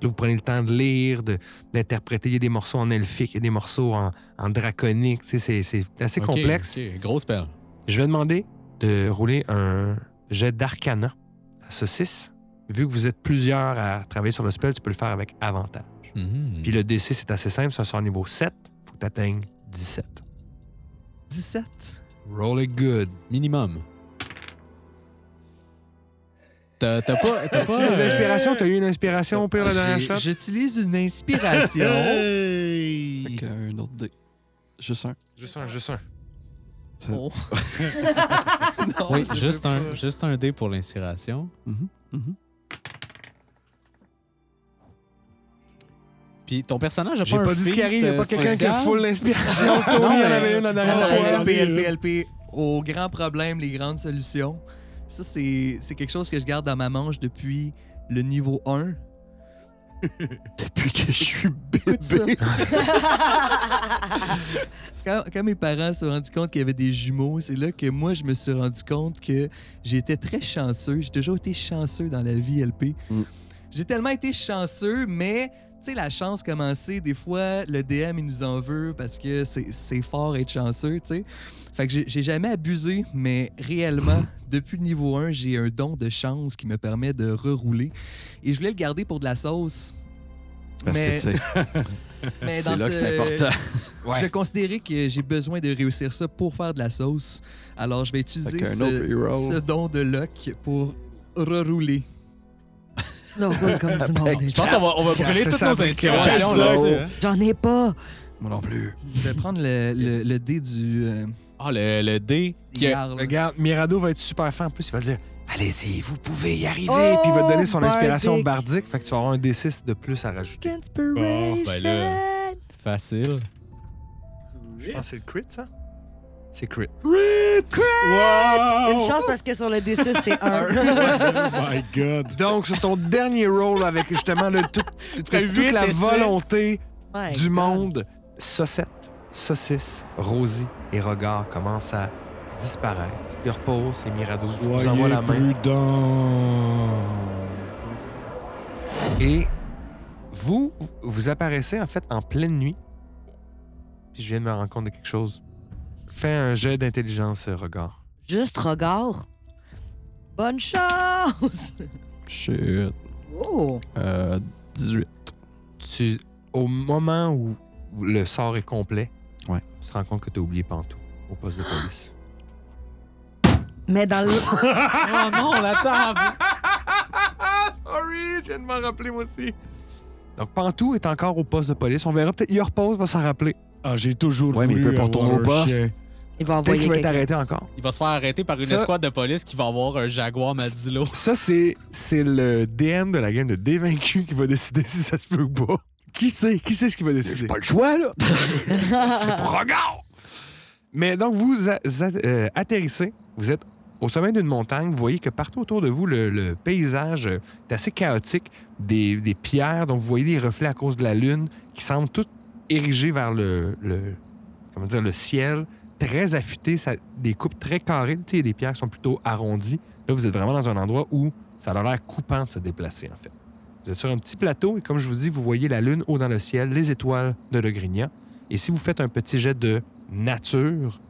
[SPEAKER 1] Là, vous prenez le temps de lire, de- d'interpréter. Il y a des morceaux en elfique, il y a des morceaux en, en draconique. Tu sais, C'est c'est assez
[SPEAKER 2] Ok,
[SPEAKER 1] complexe.
[SPEAKER 2] ok, Grosse perle.
[SPEAKER 1] Je vais demander de rouler un jet d'arcana à ce 6. Vu que vous êtes plusieurs à travailler sur le spell, tu peux le faire avec avantage.
[SPEAKER 8] Mm-hmm.
[SPEAKER 2] Mhm.
[SPEAKER 1] Puis le DC, c'est assez simple. Ça sort niveau 7. faut que tu atteignes 17.
[SPEAKER 10] 17.
[SPEAKER 1] Roll it good.
[SPEAKER 2] Minimum. T'as t'as pas. T'as
[SPEAKER 1] Tu
[SPEAKER 2] pas.
[SPEAKER 1] as des
[SPEAKER 2] euh,
[SPEAKER 1] inspirations? T'as eu une inspiration au pire la dernière
[SPEAKER 10] J'ai-
[SPEAKER 1] shot?
[SPEAKER 10] J'utilise une inspiration.
[SPEAKER 5] Fait
[SPEAKER 9] Hey!
[SPEAKER 5] que, euh, un autre dé. Juste un.
[SPEAKER 1] Juste un, juste un.
[SPEAKER 5] Ça-
[SPEAKER 10] Oh. Non.
[SPEAKER 2] oui, juste un, juste un dé pour l'inspiration.
[SPEAKER 5] Mhm, mhm.
[SPEAKER 2] Puis ton personnage a pas
[SPEAKER 1] J'ai
[SPEAKER 2] un
[SPEAKER 1] pas dit ce qui
[SPEAKER 2] feat,
[SPEAKER 1] arrive. Il a
[SPEAKER 2] euh,
[SPEAKER 1] pas quelqu'un qui a
[SPEAKER 2] spécial?
[SPEAKER 1] full l'inspiration. Tony
[SPEAKER 2] mais-
[SPEAKER 1] en avait une la
[SPEAKER 10] Non, non,
[SPEAKER 1] dernière fois.
[SPEAKER 10] LP, LP, LP. Aux grands problèmes, les grandes solutions. Ça, c'est c'est quelque chose que je garde dans ma manche depuis le niveau 1.
[SPEAKER 5] Depuis que je suis
[SPEAKER 10] Écoute ça.
[SPEAKER 5] bébé.
[SPEAKER 10] quand, quand mes parents se sont rendus compte qu'il y avait des jumeaux, c'est là que moi, je me suis rendu compte que j'étais très chanceux. J'ai toujours été chanceux dans la vie, LP.
[SPEAKER 5] Mm.
[SPEAKER 10] J'ai tellement été chanceux, mais... Tu sais, la chance commencée, des fois, le DM, il nous en veut parce que c'est c'est fort être chanceux, tu sais. Fait que j'ai- j'ai jamais abusé, mais réellement, depuis le niveau 1, j'ai un don de chance qui me permet de rerouler. Et je voulais le garder pour de la sauce.
[SPEAKER 5] Parce que,
[SPEAKER 10] mais
[SPEAKER 5] tu sais,
[SPEAKER 10] mais
[SPEAKER 5] c'est
[SPEAKER 10] dans
[SPEAKER 5] là que
[SPEAKER 10] ce-
[SPEAKER 5] c'est important.
[SPEAKER 10] Je considérais que j'ai besoin de réussir ça pour faire de la sauce. Alors, je vais utiliser
[SPEAKER 5] qu'un
[SPEAKER 10] ce,
[SPEAKER 5] autre reroll.
[SPEAKER 10] ce don de Locke pour rerouler.
[SPEAKER 3] Non, roule comme du monde.
[SPEAKER 2] Je pense qu'on va, on va brûler toutes nos inspirations.
[SPEAKER 3] Quatre,
[SPEAKER 2] là,
[SPEAKER 3] là.
[SPEAKER 2] tu sais, hein.
[SPEAKER 3] J'en ai pas.
[SPEAKER 5] Moi non plus.
[SPEAKER 10] Je vais prendre le, le- le dé du... euh,
[SPEAKER 2] Ah, le, le dé. qui a-
[SPEAKER 10] Jarl.
[SPEAKER 1] Regarde, Mirado va être super fin. En plus, il va dire Allez-y, vous pouvez y arriver.
[SPEAKER 3] Oh,
[SPEAKER 1] Puis il va te donner son inspiration
[SPEAKER 3] bardique.
[SPEAKER 1] bardique. Fait que tu vas avoir un D6 de plus à rajouter.
[SPEAKER 3] Inspiration.
[SPEAKER 2] Bon, ben là. Facile.
[SPEAKER 1] Je pense que c'est le crit, ça C'est crit.
[SPEAKER 3] Une chance parce que sur le D6, c'est un.
[SPEAKER 6] My God.
[SPEAKER 1] Donc, sur ton dernier roll avec justement le tout-
[SPEAKER 2] T'as
[SPEAKER 1] toute
[SPEAKER 2] huit
[SPEAKER 1] la
[SPEAKER 2] essais.
[SPEAKER 1] volonté
[SPEAKER 3] My
[SPEAKER 1] du
[SPEAKER 3] God.
[SPEAKER 1] monde, Saucette, Saucisse, Rosie et Regard commencent à disparaître. Ils reposent et Mirado vous envoie
[SPEAKER 6] Soyez
[SPEAKER 1] la main.
[SPEAKER 6] prudents.
[SPEAKER 1] Et vous, vous apparaissez en fait en pleine nuit. Puis je viens de me rendre compte de quelque chose. Fais un jet d'intelligence, euh, Regard.
[SPEAKER 3] Juste regard. Bonne chance.
[SPEAKER 5] Shit.
[SPEAKER 3] Oh.
[SPEAKER 5] Euh, 18.
[SPEAKER 1] Tu, au moment où le sort est complet,
[SPEAKER 5] Ouais.
[SPEAKER 1] tu te rends compte que tu as oublié Pantou au poste de police.
[SPEAKER 3] Mais dans le.
[SPEAKER 2] Oh non, la table!
[SPEAKER 1] Sorry, je viens de m'en rappeler moi aussi. Donc Pantou est encore au poste de police. On verra peut-être. Il repose, va s'en rappeler.
[SPEAKER 6] Ah, j'ai toujours
[SPEAKER 5] Ouais, mais il
[SPEAKER 6] voulu
[SPEAKER 5] peut pas retourner
[SPEAKER 6] avoir
[SPEAKER 5] au
[SPEAKER 6] un
[SPEAKER 5] poste.
[SPEAKER 6] chien.
[SPEAKER 3] Il va
[SPEAKER 1] Peut-être
[SPEAKER 3] envoyer
[SPEAKER 1] qu'il va être
[SPEAKER 3] quelqu'un.
[SPEAKER 1] arrêté encore.
[SPEAKER 2] Il va se faire arrêter par une
[SPEAKER 1] Ça-
[SPEAKER 2] escouade de police qui va avoir un Jaguar Madillo.
[SPEAKER 1] Ça, c'est, c'est le DM de la game de Dévaincu qui va décider si ça se peut ou pas. Qui sait? Qui sait ce qu'il va décider?
[SPEAKER 5] J'ai pas le choix, là.
[SPEAKER 1] C'est pour regard! Mais donc, vous a- a- euh, atterrissez, vous êtes au sommet d'une montagne, vous voyez que partout autour de vous, le, le paysage euh, est assez chaotique, des, des pierres dont vous voyez des reflets à cause de la lune qui semblent toutes érigées vers le, le- comment dire, le ciel, très affûté, ça- des coupes très carrées, tu sais, il y a des pierres qui sont plutôt arrondies. Là, vous êtes vraiment dans un endroit où ça a l'air coupant de se déplacer, en fait. Vous êtes sur un petit plateau et comme je vous dis, vous voyez la lune haut dans le ciel, les étoiles de Le Grignan. Et si vous faites un petit jet de nature,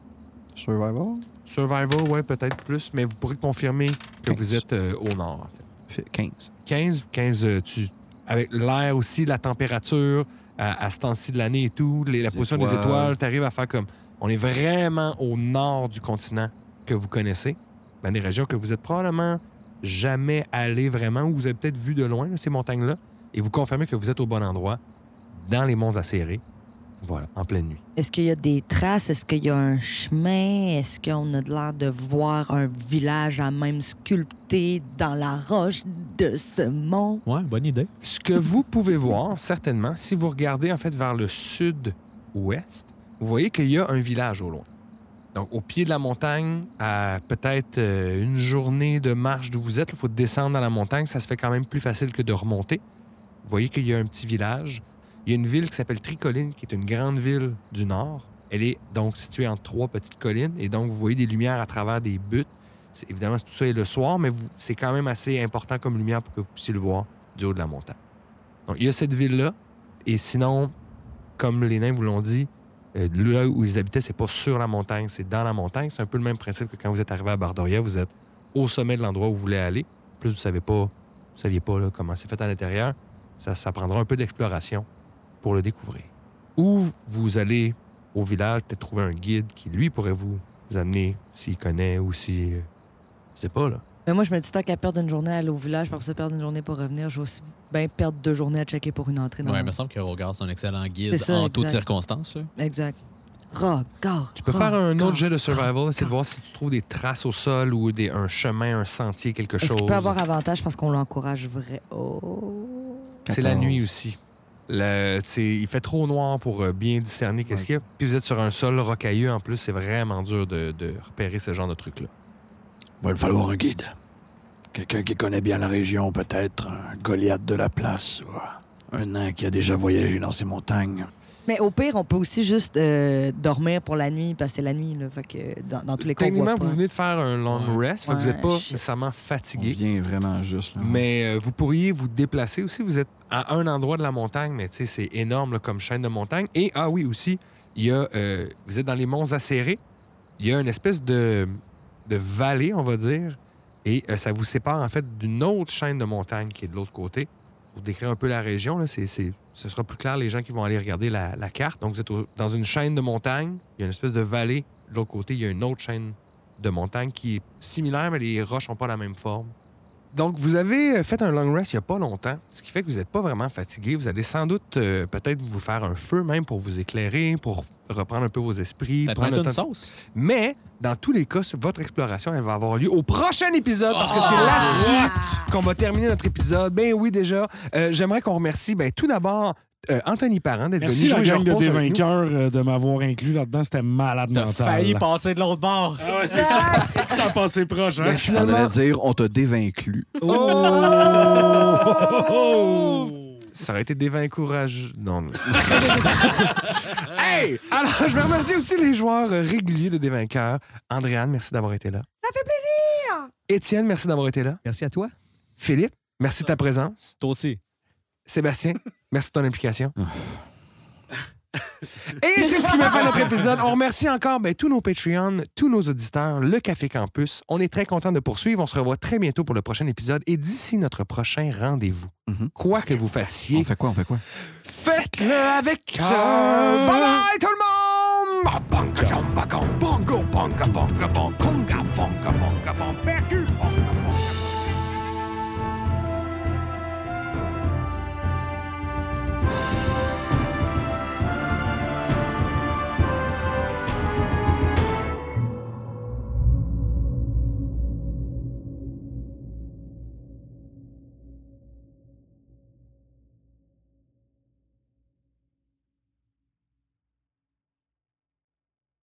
[SPEAKER 5] Survivor?
[SPEAKER 1] survival, ouais, peut-être plus, mais vous pourrez confirmer que
[SPEAKER 5] Quinze.
[SPEAKER 1] vous êtes euh, au nord, en fait.
[SPEAKER 5] Fait 15.
[SPEAKER 1] 15, 15, euh, tu, avec l'air aussi, la température à, à ce temps-ci de l'année et tout, les- la
[SPEAKER 5] Les
[SPEAKER 1] position des
[SPEAKER 5] étoiles.
[SPEAKER 1] étoiles, tu arrives à faire comme. On est vraiment au nord du continent que vous connaissez, dans des régions que vous êtes probablement jamais allé vraiment, ou vous avez peut-être vu de loin là, ces montagnes-là, et vous confirmez que vous êtes au bon endroit, dans les monts acérés, voilà, en pleine nuit.
[SPEAKER 3] Est-ce qu'il y a des traces? Est-ce qu'il y a un chemin? Est-ce qu'on a de l'air de voir un village à même sculpté dans la roche de ce mont?
[SPEAKER 2] Ouais, bonne idée.
[SPEAKER 1] Ce que vous pouvez voir, certainement, si vous regardez en fait vers le sud-ouest, vous voyez qu'il y a un village au loin. Donc, au pied de la montagne, à peut-être euh, une journée de marche d'où vous êtes, il faut descendre dans la montagne, ça se fait quand même plus facile que de remonter. Vous voyez qu'il y a un petit village. Il y a une ville qui s'appelle Tricoline, qui est une grande ville du nord. Elle est donc située en trois petites collines, et donc vous voyez des lumières à travers des buttes. C'est- Évidemment, tout ça est le soir, mais vous- c'est quand même assez important comme lumière pour que vous puissiez le voir du haut de la montagne. Donc, il y a cette ville-là. Et sinon, comme les nains vous l'ont dit, euh, là où ils habitaient, c'est pas sur la montagne, c'est dans la montagne. C'est un peu le même principe que quand vous êtes arrivé à Bardoria, vous êtes au sommet de l'endroit où vous voulez aller. En Plus vous savez pas, vous saviez pas là, comment c'est fait à l'intérieur. Ça, ça prendra un peu d'exploration pour le découvrir. Ou vous allez au village, peut-être trouver un guide qui, lui, pourrait vous amener s'il connaît ou si. euh, je sais pas, là.
[SPEAKER 3] Mais moi, je me dis tant qu'à perdre une journée à aller au village, pour se perdre une journée pour revenir, je vais aussi bien perdre deux journées à checker pour une entrée. Dans
[SPEAKER 2] Ouais,
[SPEAKER 3] le-
[SPEAKER 2] il me semble que Rogar, c'est un excellent guide
[SPEAKER 3] C'est ça,
[SPEAKER 2] en toutes
[SPEAKER 3] exact.
[SPEAKER 2] circonstances. là.
[SPEAKER 3] Exact. Regarde.
[SPEAKER 1] Tu peux faire un autre jet de survival, essayer de voir si tu trouves des traces au sol ou des, un chemin, un sentier, quelque
[SPEAKER 3] Est-ce
[SPEAKER 1] chose.
[SPEAKER 3] qu'il peut avoir avantage parce qu'on l'encourage vrai? Oh.
[SPEAKER 1] C'est la
[SPEAKER 5] 14.
[SPEAKER 1] nuit aussi. Le- c'est- il fait trop noir pour euh, bien discerner qu'est-ce
[SPEAKER 5] Ouais.
[SPEAKER 1] qu'il y a. Puis vous êtes sur un sol rocailleux en plus, c'est vraiment dur de, de repérer ce genre de truc-là.
[SPEAKER 5] Va lui falloir un guide. Quelqu'un qui connaît bien la région, peut-être. Un Goliath de la place. ou Un nain qui a déjà voyagé dans ces montagnes.
[SPEAKER 3] Mais au pire, on peut aussi juste euh, dormir pour la nuit, passer la nuit, là, fait que dans, dans tous les cas, on voit
[SPEAKER 1] Techniquement,
[SPEAKER 3] pas.
[SPEAKER 1] vous venez de faire un long rest, fait que vous
[SPEAKER 3] Ouais,
[SPEAKER 1] n'êtes pas
[SPEAKER 3] shit.
[SPEAKER 1] nécessairement fatigué.
[SPEAKER 5] vient vraiment juste, là.
[SPEAKER 1] Mais euh, vous pourriez vous déplacer aussi. Vous êtes à un endroit de la montagne, mais tu sais, c'est énorme là, comme chaîne de montagne. Et, ah oui, aussi, il y a, euh, vous êtes dans les monts acérés. Il y a une espèce de, de vallée, on va dire. Et euh, ça vous sépare, en fait, d'une autre chaîne de montagne qui est de l'autre côté. pour décrire un peu la région, là, c'est- c'est- ce sera plus clair les gens qui vont aller regarder la, la carte. Donc, vous êtes au- dans une chaîne de montagnes. Il y a une espèce de vallée. De l'autre côté, il y a une autre chaîne de montagnes qui est similaire, mais les roches n'ont pas la même forme. Donc, vous avez euh, fait un long rest il n'y a pas longtemps, ce qui fait que vous n'êtes pas vraiment fatigué. Vous allez sans doute euh, peut-être vous faire un feu même pour vous éclairer, pour reprendre un peu vos esprits.
[SPEAKER 2] Peut-être
[SPEAKER 1] prendre
[SPEAKER 2] mettre
[SPEAKER 1] le temps
[SPEAKER 2] une
[SPEAKER 1] de-
[SPEAKER 2] sauce.
[SPEAKER 1] Mais, dans tous les cas, votre exploration, elle va avoir lieu au prochain épisode parce que c'est
[SPEAKER 8] Oh!
[SPEAKER 1] la suite qu'on va terminer notre épisode. Ben oui, déjà, euh, j'aimerais qu'on remercie ben, tout d'abord euh, Anthony Parent d'être
[SPEAKER 6] Merci
[SPEAKER 1] venu
[SPEAKER 6] la
[SPEAKER 1] jouer
[SPEAKER 6] gang
[SPEAKER 1] Jean
[SPEAKER 6] de
[SPEAKER 1] Pause
[SPEAKER 6] des
[SPEAKER 1] avec nous.
[SPEAKER 6] vainqueurs euh, de m'avoir inclus là-dedans. C'était malade mental.
[SPEAKER 2] failli passer de l'autre bord.
[SPEAKER 6] Ah ouais, c'est ça. ça a passé proche, hein? Oh,
[SPEAKER 5] Ben, je voudrais dire, on t'a dévaincu.
[SPEAKER 1] Ça aurait été des vins courageux. Non, non. hey! Alors, je vais remercier aussi les joueurs euh, réguliers de Des Vainqueurs. Andréane, merci d'avoir été là.
[SPEAKER 12] Ça fait plaisir!
[SPEAKER 1] Étienne, merci d'avoir été là.
[SPEAKER 10] Merci à toi.
[SPEAKER 1] Philippe, merci de ta présence.
[SPEAKER 2] Toi aussi.
[SPEAKER 1] Sébastien, merci de ton implication. Et c'est ce qui m'a fait notre épisode. On remercie encore ben, tous nos Patreons, tous nos auditeurs, le Café Campus. On est très content de poursuivre. On se revoit très bientôt pour le prochain épisode. Et d'ici notre prochain rendez-vous, quoi que vous fassiez,
[SPEAKER 5] Mhm. On fait quoi, on fait quoi?
[SPEAKER 1] faites-le avec cœur. Bye bye tout le monde! Bongo, bongo, bongo, bongo, bongo, bongo, bongo, bongo, bongo.